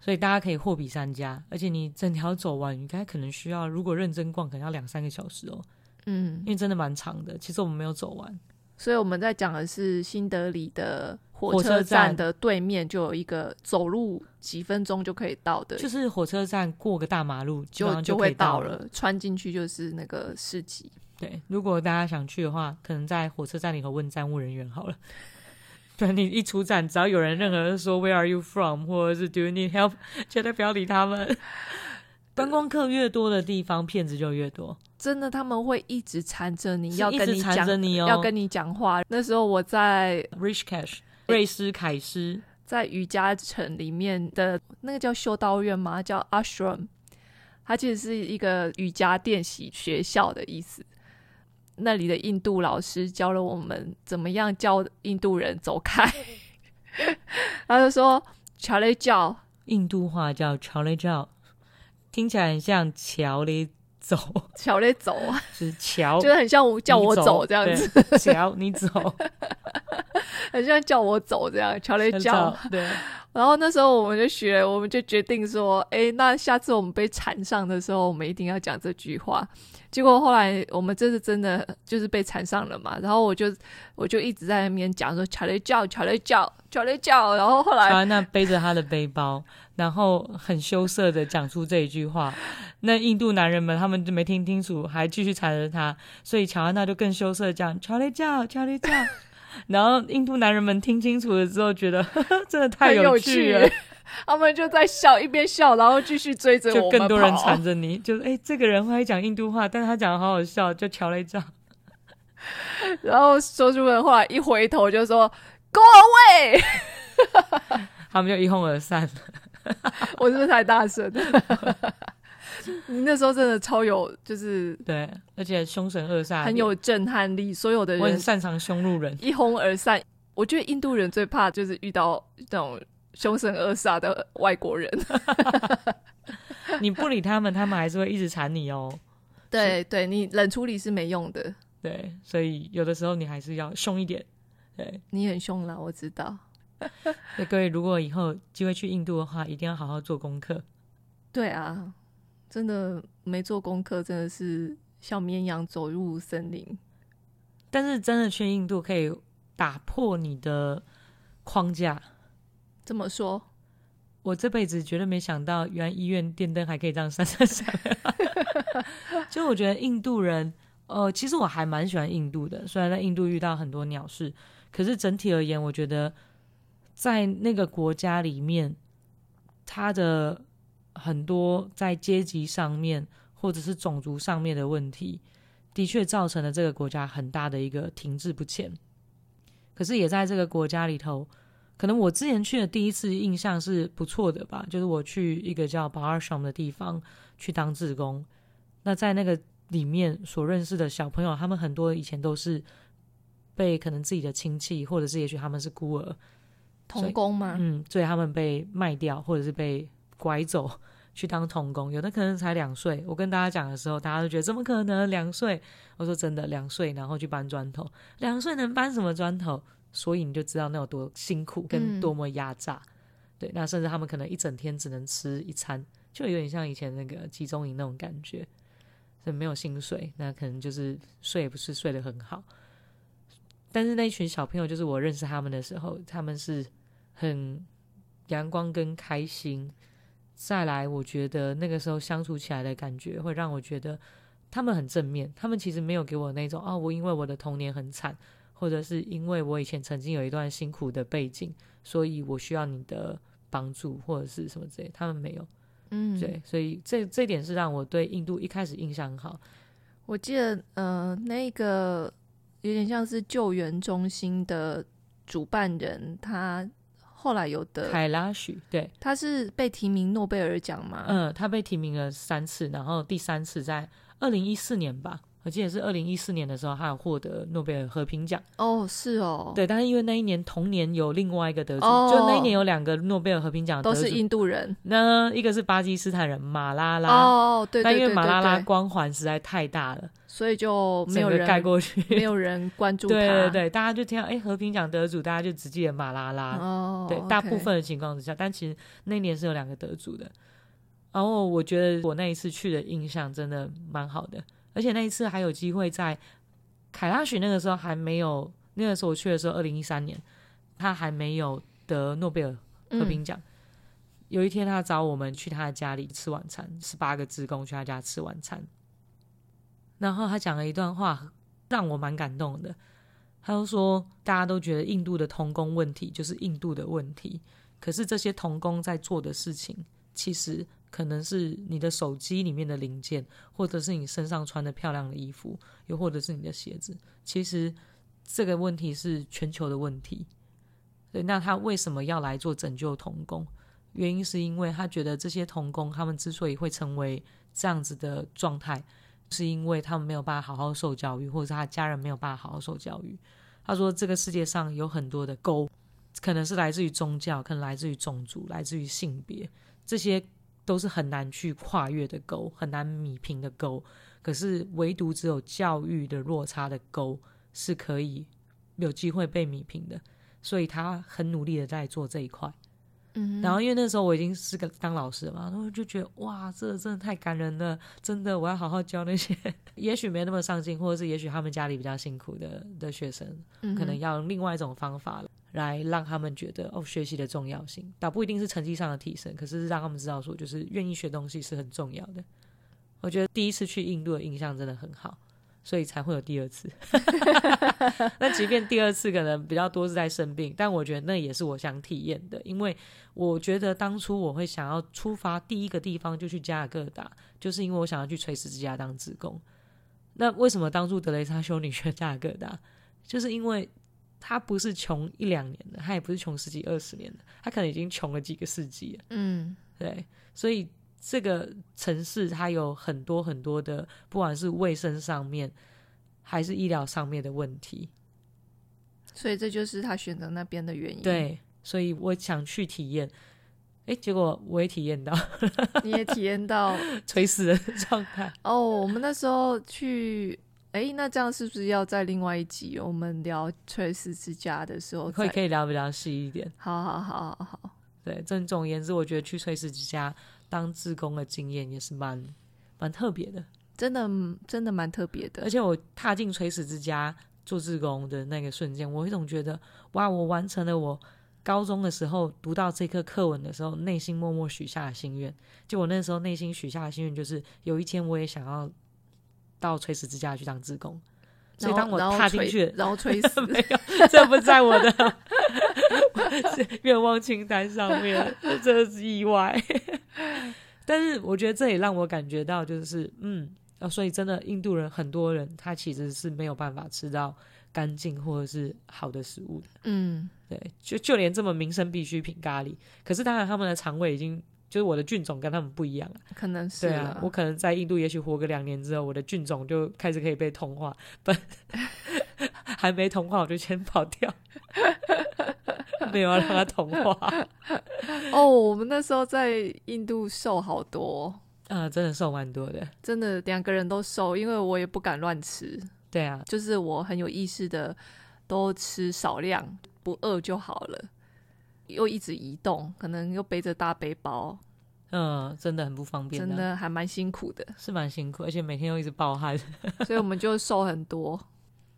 B: 所以大家可以货比三家。而且你整条走完，你应该可能需要，如果认真逛，可能要两三个小时哦，
A: 嗯
B: 因，为真的蛮长的。其实我们没有走完，
A: 所以我们在讲的是新德里的火
B: 火车
A: 车站
B: 站
A: 的对面就有一个走路几分钟就可以到的，
B: 就是火车站过个大马路，基本
A: 就
B: 上就可
A: 会
B: 以到
A: 了。穿进去就是那个市集，
B: 对，如果大家想去的话，可能在火车站里头问站务人员好了。 对你一出站，只要有人任何人说 “Where are you from” 或者是 “Do you need help”，绝 对不要理他们。 观光客越多的地方，骗子就越多。
A: 真的他们会一直缠着你
B: 是
A: 要
B: 一
A: 跟
B: 直
A: 你
B: 缠
A: 讲
B: 着，你哦
A: 要跟你讲话。那时候我在
B: Rich Cash 瑞士凯诗，
A: 在瑜伽城里面的那个叫修道院吗？叫 ashram，它其实是一个瑜伽练习学校的意思。那里的印度老师教了我们怎么样叫印度人走开，他就说 “chale 教
B: 印度话叫乔雷照，听起来很像乔雷走，
A: 小雷走啊，
B: 就是乔
A: 觉得很像我叫我
B: 你
A: 走这样子，
B: 子，乔你走，
A: 很像叫我走这样，乔雷叫。
B: 对，
A: 然后那时候我们就学，我们就决定说，哎，那下次我们被缠上的时候，我们一定要讲这句话。结果后来我们这次真的就是被缠上了嘛，然后我就我就一直在那边讲说乔雷叫，乔雷叫，乔雷叫。然后后来
B: 乔安娜啊背着她的背包，然后很羞涩的讲出这一句话。那印度男人们他们就没听清楚，还继续缠着她，所以乔安娜就更羞涩地讲“乔雷叫，乔雷叫”。然后印度男人们听清楚了之后，觉得呵呵真的太
A: 很有
B: 趣
A: 趣
B: 了，
A: 他们就在笑，一边笑，然后继续追着我
B: 就
A: 们
B: 更多人
A: 跑
B: 缠着你，就是哎，这个人会讲印度话，但他讲的好好笑，就乔雷叫。
A: 然后说书人后来一回头就说 “Go away”，
B: 他们就一哄而散。
A: 我是不是太大声？你 那时候真的超有，就是
B: 对，而且凶神恶煞，
A: 很有震撼力，所有的
B: 我很
A: 人
B: 擅长凶路人。
A: 一哄而散。我觉得印度人最怕就是遇到那种凶神恶煞的外国人。
B: 你不理他们，他们还是会一直缠你哦。
A: 对，对你冷处理是没用的，
B: 对，所以有的时候你还是要凶一点。对，
A: 你很凶啦，我知道。
B: 那各位如果以后机会去印度的话，一定要好好做功课。
A: 对啊，真的没做功课，真的是像绵羊走入森林。
B: 但是真的去印度可以打破你的框架。
A: 这么说，
B: 我这辈子绝对没想到，原来医院电灯还可以这样闪闪闪。就我觉得印度人，呃，其实我还蛮喜欢印度的，虽然在印度遇到很多鸟事，可是整体而言，我觉得在那个国家里面，他的很多在阶级上面或者是种族上面的问题，的确造成了这个国家很大的一个停滞不前。可是也在这个国家里头，可能我之前去的第一次印象是不错的吧，就是我去一个叫巴尔什姆的地方去当志工。那在那个里面所认识的小朋友，他们很多以前都是被可能自己的亲戚，或者是也许他们是孤儿，所
A: 童
B: 以
A: 工吗？
B: 嗯，所以他们被卖掉或者是被拐走 去当童工，有的可能才两岁。我跟大家讲的时候，大家都觉得怎么可能两岁？我说真的，两岁然后去搬砖头，两岁能搬什么砖头？所以你就知道那有多辛苦跟
A: 嗯
B: 多么压榨。对，那甚至他们可能一整天只能吃一餐，就有点像以前那个集中营那种感觉，所以没有薪水，那可能就是睡也不是睡得很好。但是那一群小朋友，就是我认识他们的时候，他们是很阳光跟开心。再来，我觉得那个时候相处起来的感觉，会让我觉得他们很正面。他们其实没有给我那种哦，我因为我的童年很惨，或者是因为我以前曾经有一段辛苦的背景，所以我需要你的帮助或者是什么之类。他们没有，
A: 嗯，
B: 对，所以这这点是让我对印度一开始印象很好。
A: 我记得，呃，那个有点像是救援中心的主办人，他后来有得，
B: 凯拉许，对，
A: 他是被提名诺贝尔奖嘛？
B: 嗯，他被提名了三次，然后第三次在二零一四年吧，我记得是二零一四年的时候，他有获得诺贝尔和平奖。
A: 哦，是哦，，
B: 对，但是因为那一年同年有另外一个得主，
A: 哦
B: 就那一年有两个诺贝尔和平奖的
A: 都
B: 得主
A: 是印度人。
B: 那一个是巴基斯坦人马拉拉，
A: 哦，对
B: 但
A: 对
B: 因
A: 对
B: 为
A: 对
B: 马拉拉
A: 对，
B: 光环实在太大了，
A: 所以就没
B: 整
A: 有
B: 个
A: 人
B: 盖过去。
A: 没有人关注他。
B: 对对对，大家就听到哎和平奖得主，大家就只记得马拉拉，
A: 哦，
B: 对
A: OK
B: 大部分的情况之下，但其实那一年是有两个得主的。然后我觉得我那一次去的印象真的蛮好的，而且那一次还有机会在凯拉许那个时候还没有，那个时候我去的时候，二零一三年他还没有得诺贝尔
A: 嗯
B: 和平奖。有一天，他找我们去他的家里吃晚餐，十八个职工去他家吃晚餐。然后他讲了一段话，让我蛮感动的。他就说，大家都觉得印度的童工问题就是印度的问题，可是这些童工在做的事情，其实可能是你的手机里面的零件，或者是你身上穿的漂亮的衣服，又或者是你的鞋子。其实这个问题是全球的问题。对，那他为什么要来做拯救童工？原因是因为他觉得这些童工他们之所以会成为这样子的状态，是因为他们没有办法好好受教育，或者是他家人没有办法好好受教育。他说，这个世界上有很多的沟，可能是来自于宗教，可能来自于种族，来自于性别，这些都是很难去跨越的沟，很难米平的沟。可是唯独只有教育的落差的沟是可以有机会被米平的，所以他很努力的在做这一块。
A: 嗯，
B: 然后因为那时候我已经是个当老师了嘛，然后我就觉得哇，这真的太感人了，真的我要好好教那些 也许没那么上进，或者是也许他们家里比较辛苦的的学生，
A: 嗯
B: 可能
A: 哼
B: 要用另外一种方法来让他们觉得哦学习的重要性，倒不一定是成绩上的提升，可是让他们知道说就是愿意学东西是很重要的。我觉得第一次去印度的印象真的很好，所以才会有第二次。 那即便第二次可能比较多是在生病，但我觉得那也是我想体验的，因为我觉得当初我会想要出发第一个地方就去加尔各答，就是因为我想要去垂死之家当职工。那为什么当初德雷莎修女学加尔各答？就是因为他不是穷一两年的，他也不是穷十几二十年的，他可能已经穷了几个世纪了。
A: 嗯
B: 对，所以这个城市它有很多很多的，不管是卫生上面还是医疗上面的问题。
A: 所以这就是他选择那边的原因。，
B: 对，所以我想去体验。诶，结果我也体验到
A: 你也体验到
B: 垂死的状态。
A: 哦。我们那时候去，哎，那这样是不是要在另外一集我们聊崔斯之家的时候
B: 会
A: 再？
B: 可以聊比较细一点。
A: 好好好好好，
B: 对，正总而言之，我觉得去垂死之家当志工的经验也是蛮蛮特别的。
A: 真的真的蛮特别的
B: 而。且我踏进垂死之家做志工的那个瞬间，我有一种觉得，哇，我完成了我高中的时候读到这课课文的时候，内心默默许下的心愿。就我那时候内心许下的心愿，就是有一天我也想要到垂死之家去当志工。所以
A: 然
B: 当
A: 后
B: 我
A: 然后
B: 踏进
A: 垂
B: 去了，
A: 然后垂 死
B: 没有，这不在我的 愿望清单上面，这真的是意外。但是我觉得这也让我感觉到，就是嗯、哦，所以真的印度人很多人他其实是没有办法吃到干净或者是好的食物的，
A: 嗯，
B: 对，就就连这么民生必需品咖喱，可是当然他们的肠胃已经。就是我的菌种跟他们不一样啊，
A: 可能是
B: 对啊，
A: 啦
B: 我可能在印度，也许活个两年之后，我的菌种就开始可以被同化，不， 还没同化我就先跑掉， 没有要让它同化，
A: 哦，我们那时候在印度瘦好多，
B: 呃，真的瘦蛮多的，
A: 真的两个人都瘦，因为我也不敢乱吃，
B: 对啊，
A: 就是我很有意识的都吃少量，不饿就好了。又一直移动，可能又背着大背包，
B: 嗯、真的很不方便、啊，
A: 真的还蛮辛苦的，
B: 是蛮辛苦，而且每天又一直暴汗，
A: 所以我们就瘦很多。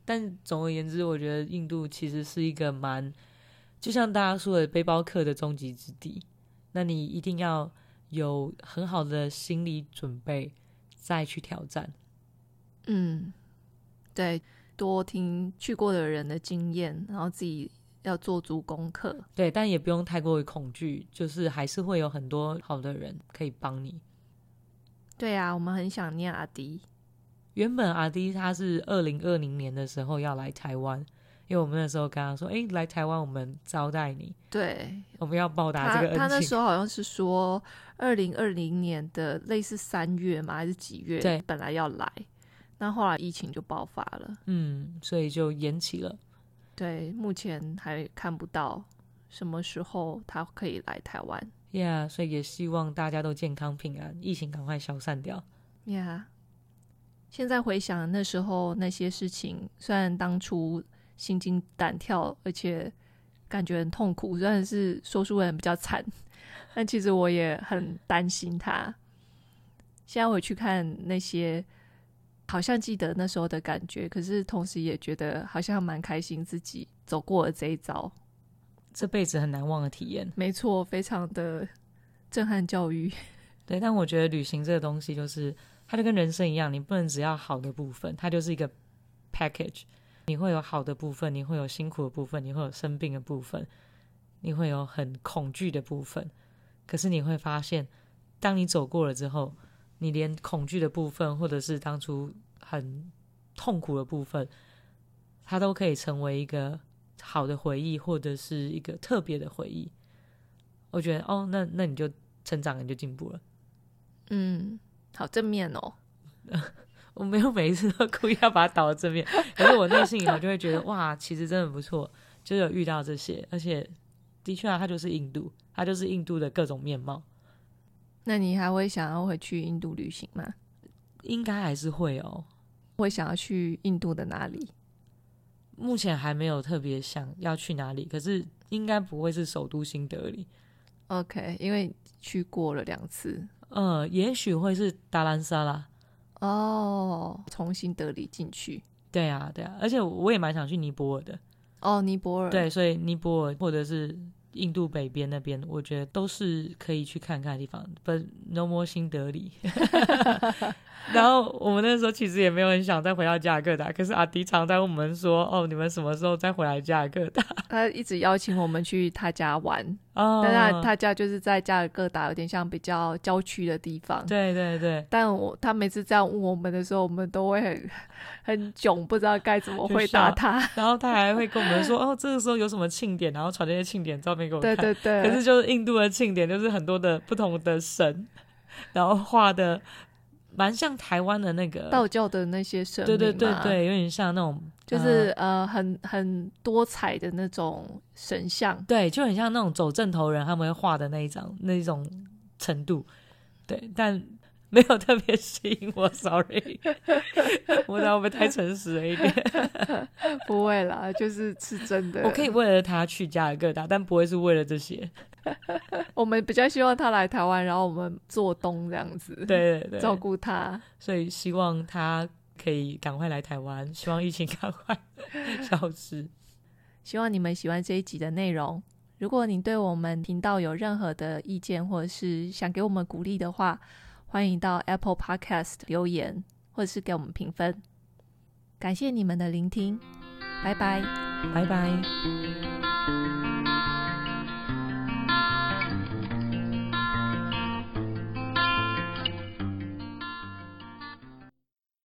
B: 但总而言之，我觉得印度其实是一个蛮，就像大家说的背包客的终极之地。那你一定要有很好的心理准备，再去挑战。
A: 嗯，对，多听去过的人的经验，然后自己要做足功课。
B: 对，但也不用太过于恐惧，就是还是会有很多好的人可以帮你。
A: 对啊，我们很想念阿迪。
B: 原本阿迪他是二零二零年的时候要来台湾，因为我们那时候跟他说：“诶，来台湾我们招待你，
A: 对，
B: 我们要报答
A: 他
B: 这个
A: 他那
B: 恩
A: 时
B: 情。
A: 候好像是说，二零二零年的类似三月嘛，还是几月？
B: 对
A: 本来要来，那后来疫情就爆发了。”
B: 嗯，所以就延期了。
A: 对，目前还看不到什么时候他可以来台湾。
B: Yeah，所以也希望大家都健康平安，疫情赶快消散掉。
A: 呀、现在回想那时候那些事情，虽然当初心惊胆跳，而且感觉很痛苦，虽然是说书人比较惨，但其实我也很担心他。现在回去看那些，好像记得那时候的感觉，可是同时也觉得好像蛮开心自己走过了这一遭。
B: 这辈子很难忘的体验。
A: 没错，非常的震撼教育。
B: 对，但我觉得旅行这个东西就是，它就跟人生一样，你不能只要好的部分，它就是一个 package。你会有好的部分，你会有辛苦的部分，你会有生病的部分，你会有很恐惧的部分。可是你会发现，当你走过了之后，你连恐惧的部分，或者是当初很痛苦的部分，它都可以成为一个好的回忆，或者是一个特别的回忆。我觉得，哦，那那你就成长，你就进步了。
A: 嗯，好正面哦。
B: 我没有每一次都故意要把它倒 到正面，可是我内心里头就会觉得哇，其实真的不错，就有遇到这些，而且的确啊，它就是印度，它就是印度的各种面貌，
A: 那你还会想要回去印度旅行吗？
B: 应该还是会哦。
A: 会想要去印度的哪里？
B: 目前还没有特别想要去哪里，可是应该不会是首都新德里，
A: OK，因为去过了两次
B: 呃，也许会是达兰萨拉。
A: 哦，从新德里进去
B: 对啊，对啊，而且我也蛮想去尼泊尔的，
A: 哦，尼泊尔
B: 对，所以尼泊尔或者是印度北边那边，我觉得都是可以去看看的地方。不，no more 新德 里。 然后我们那时候其实也没有很想再回到加尔各答，可是阿迪常在问我们说：“哦，你们什么时候再回来加尔各答
A: 他一直邀请我们去他家玩，？”
B: 哦，
A: 但他他家就是在加尔各答，有点像比较郊区的地方。
B: 对对对，
A: 但我他每次这样问我们的时候，我们都会很很囧，不知道该怎么
B: 就
A: 回
B: 笑
A: 答他。
B: 然后他还会跟我们说：“哦，这个时候有什么庆典？”然后传这些庆典照片给我看。
A: 对对对，
B: 可是就是印度的庆典，就是很多的不同的神，然后画的蛮像台湾的那个，
A: 道教的那些神
B: 对对对嗯
A: 嘛，
B: 对，有点像那种，
A: 就是呃很很多彩的那种神像。
B: 对，就很像那种走正头人他们会画的那一张那一种程度，对，但没有特别吸引我 ，sorry，我知道我们太诚实了一点，
A: 不会啦，就是是真的。
B: 我可以为了他去加尔各答，但不会是为了这些，
A: 我们比较希望他来台湾，然后我们做东这样子，，
B: 对对
A: 照
B: 对，
A: 顾他。
B: 所以希望他可以赶快来台湾，希望疫情 赶快消失。
A: 希望你们喜欢这一集的内容。如果你对我们频道有任何的意见，或者是想给我们鼓励的话，欢迎到 Apple Podcast 留言，或者是给我们评分。感谢你们的聆听，拜拜。
B: 拜拜。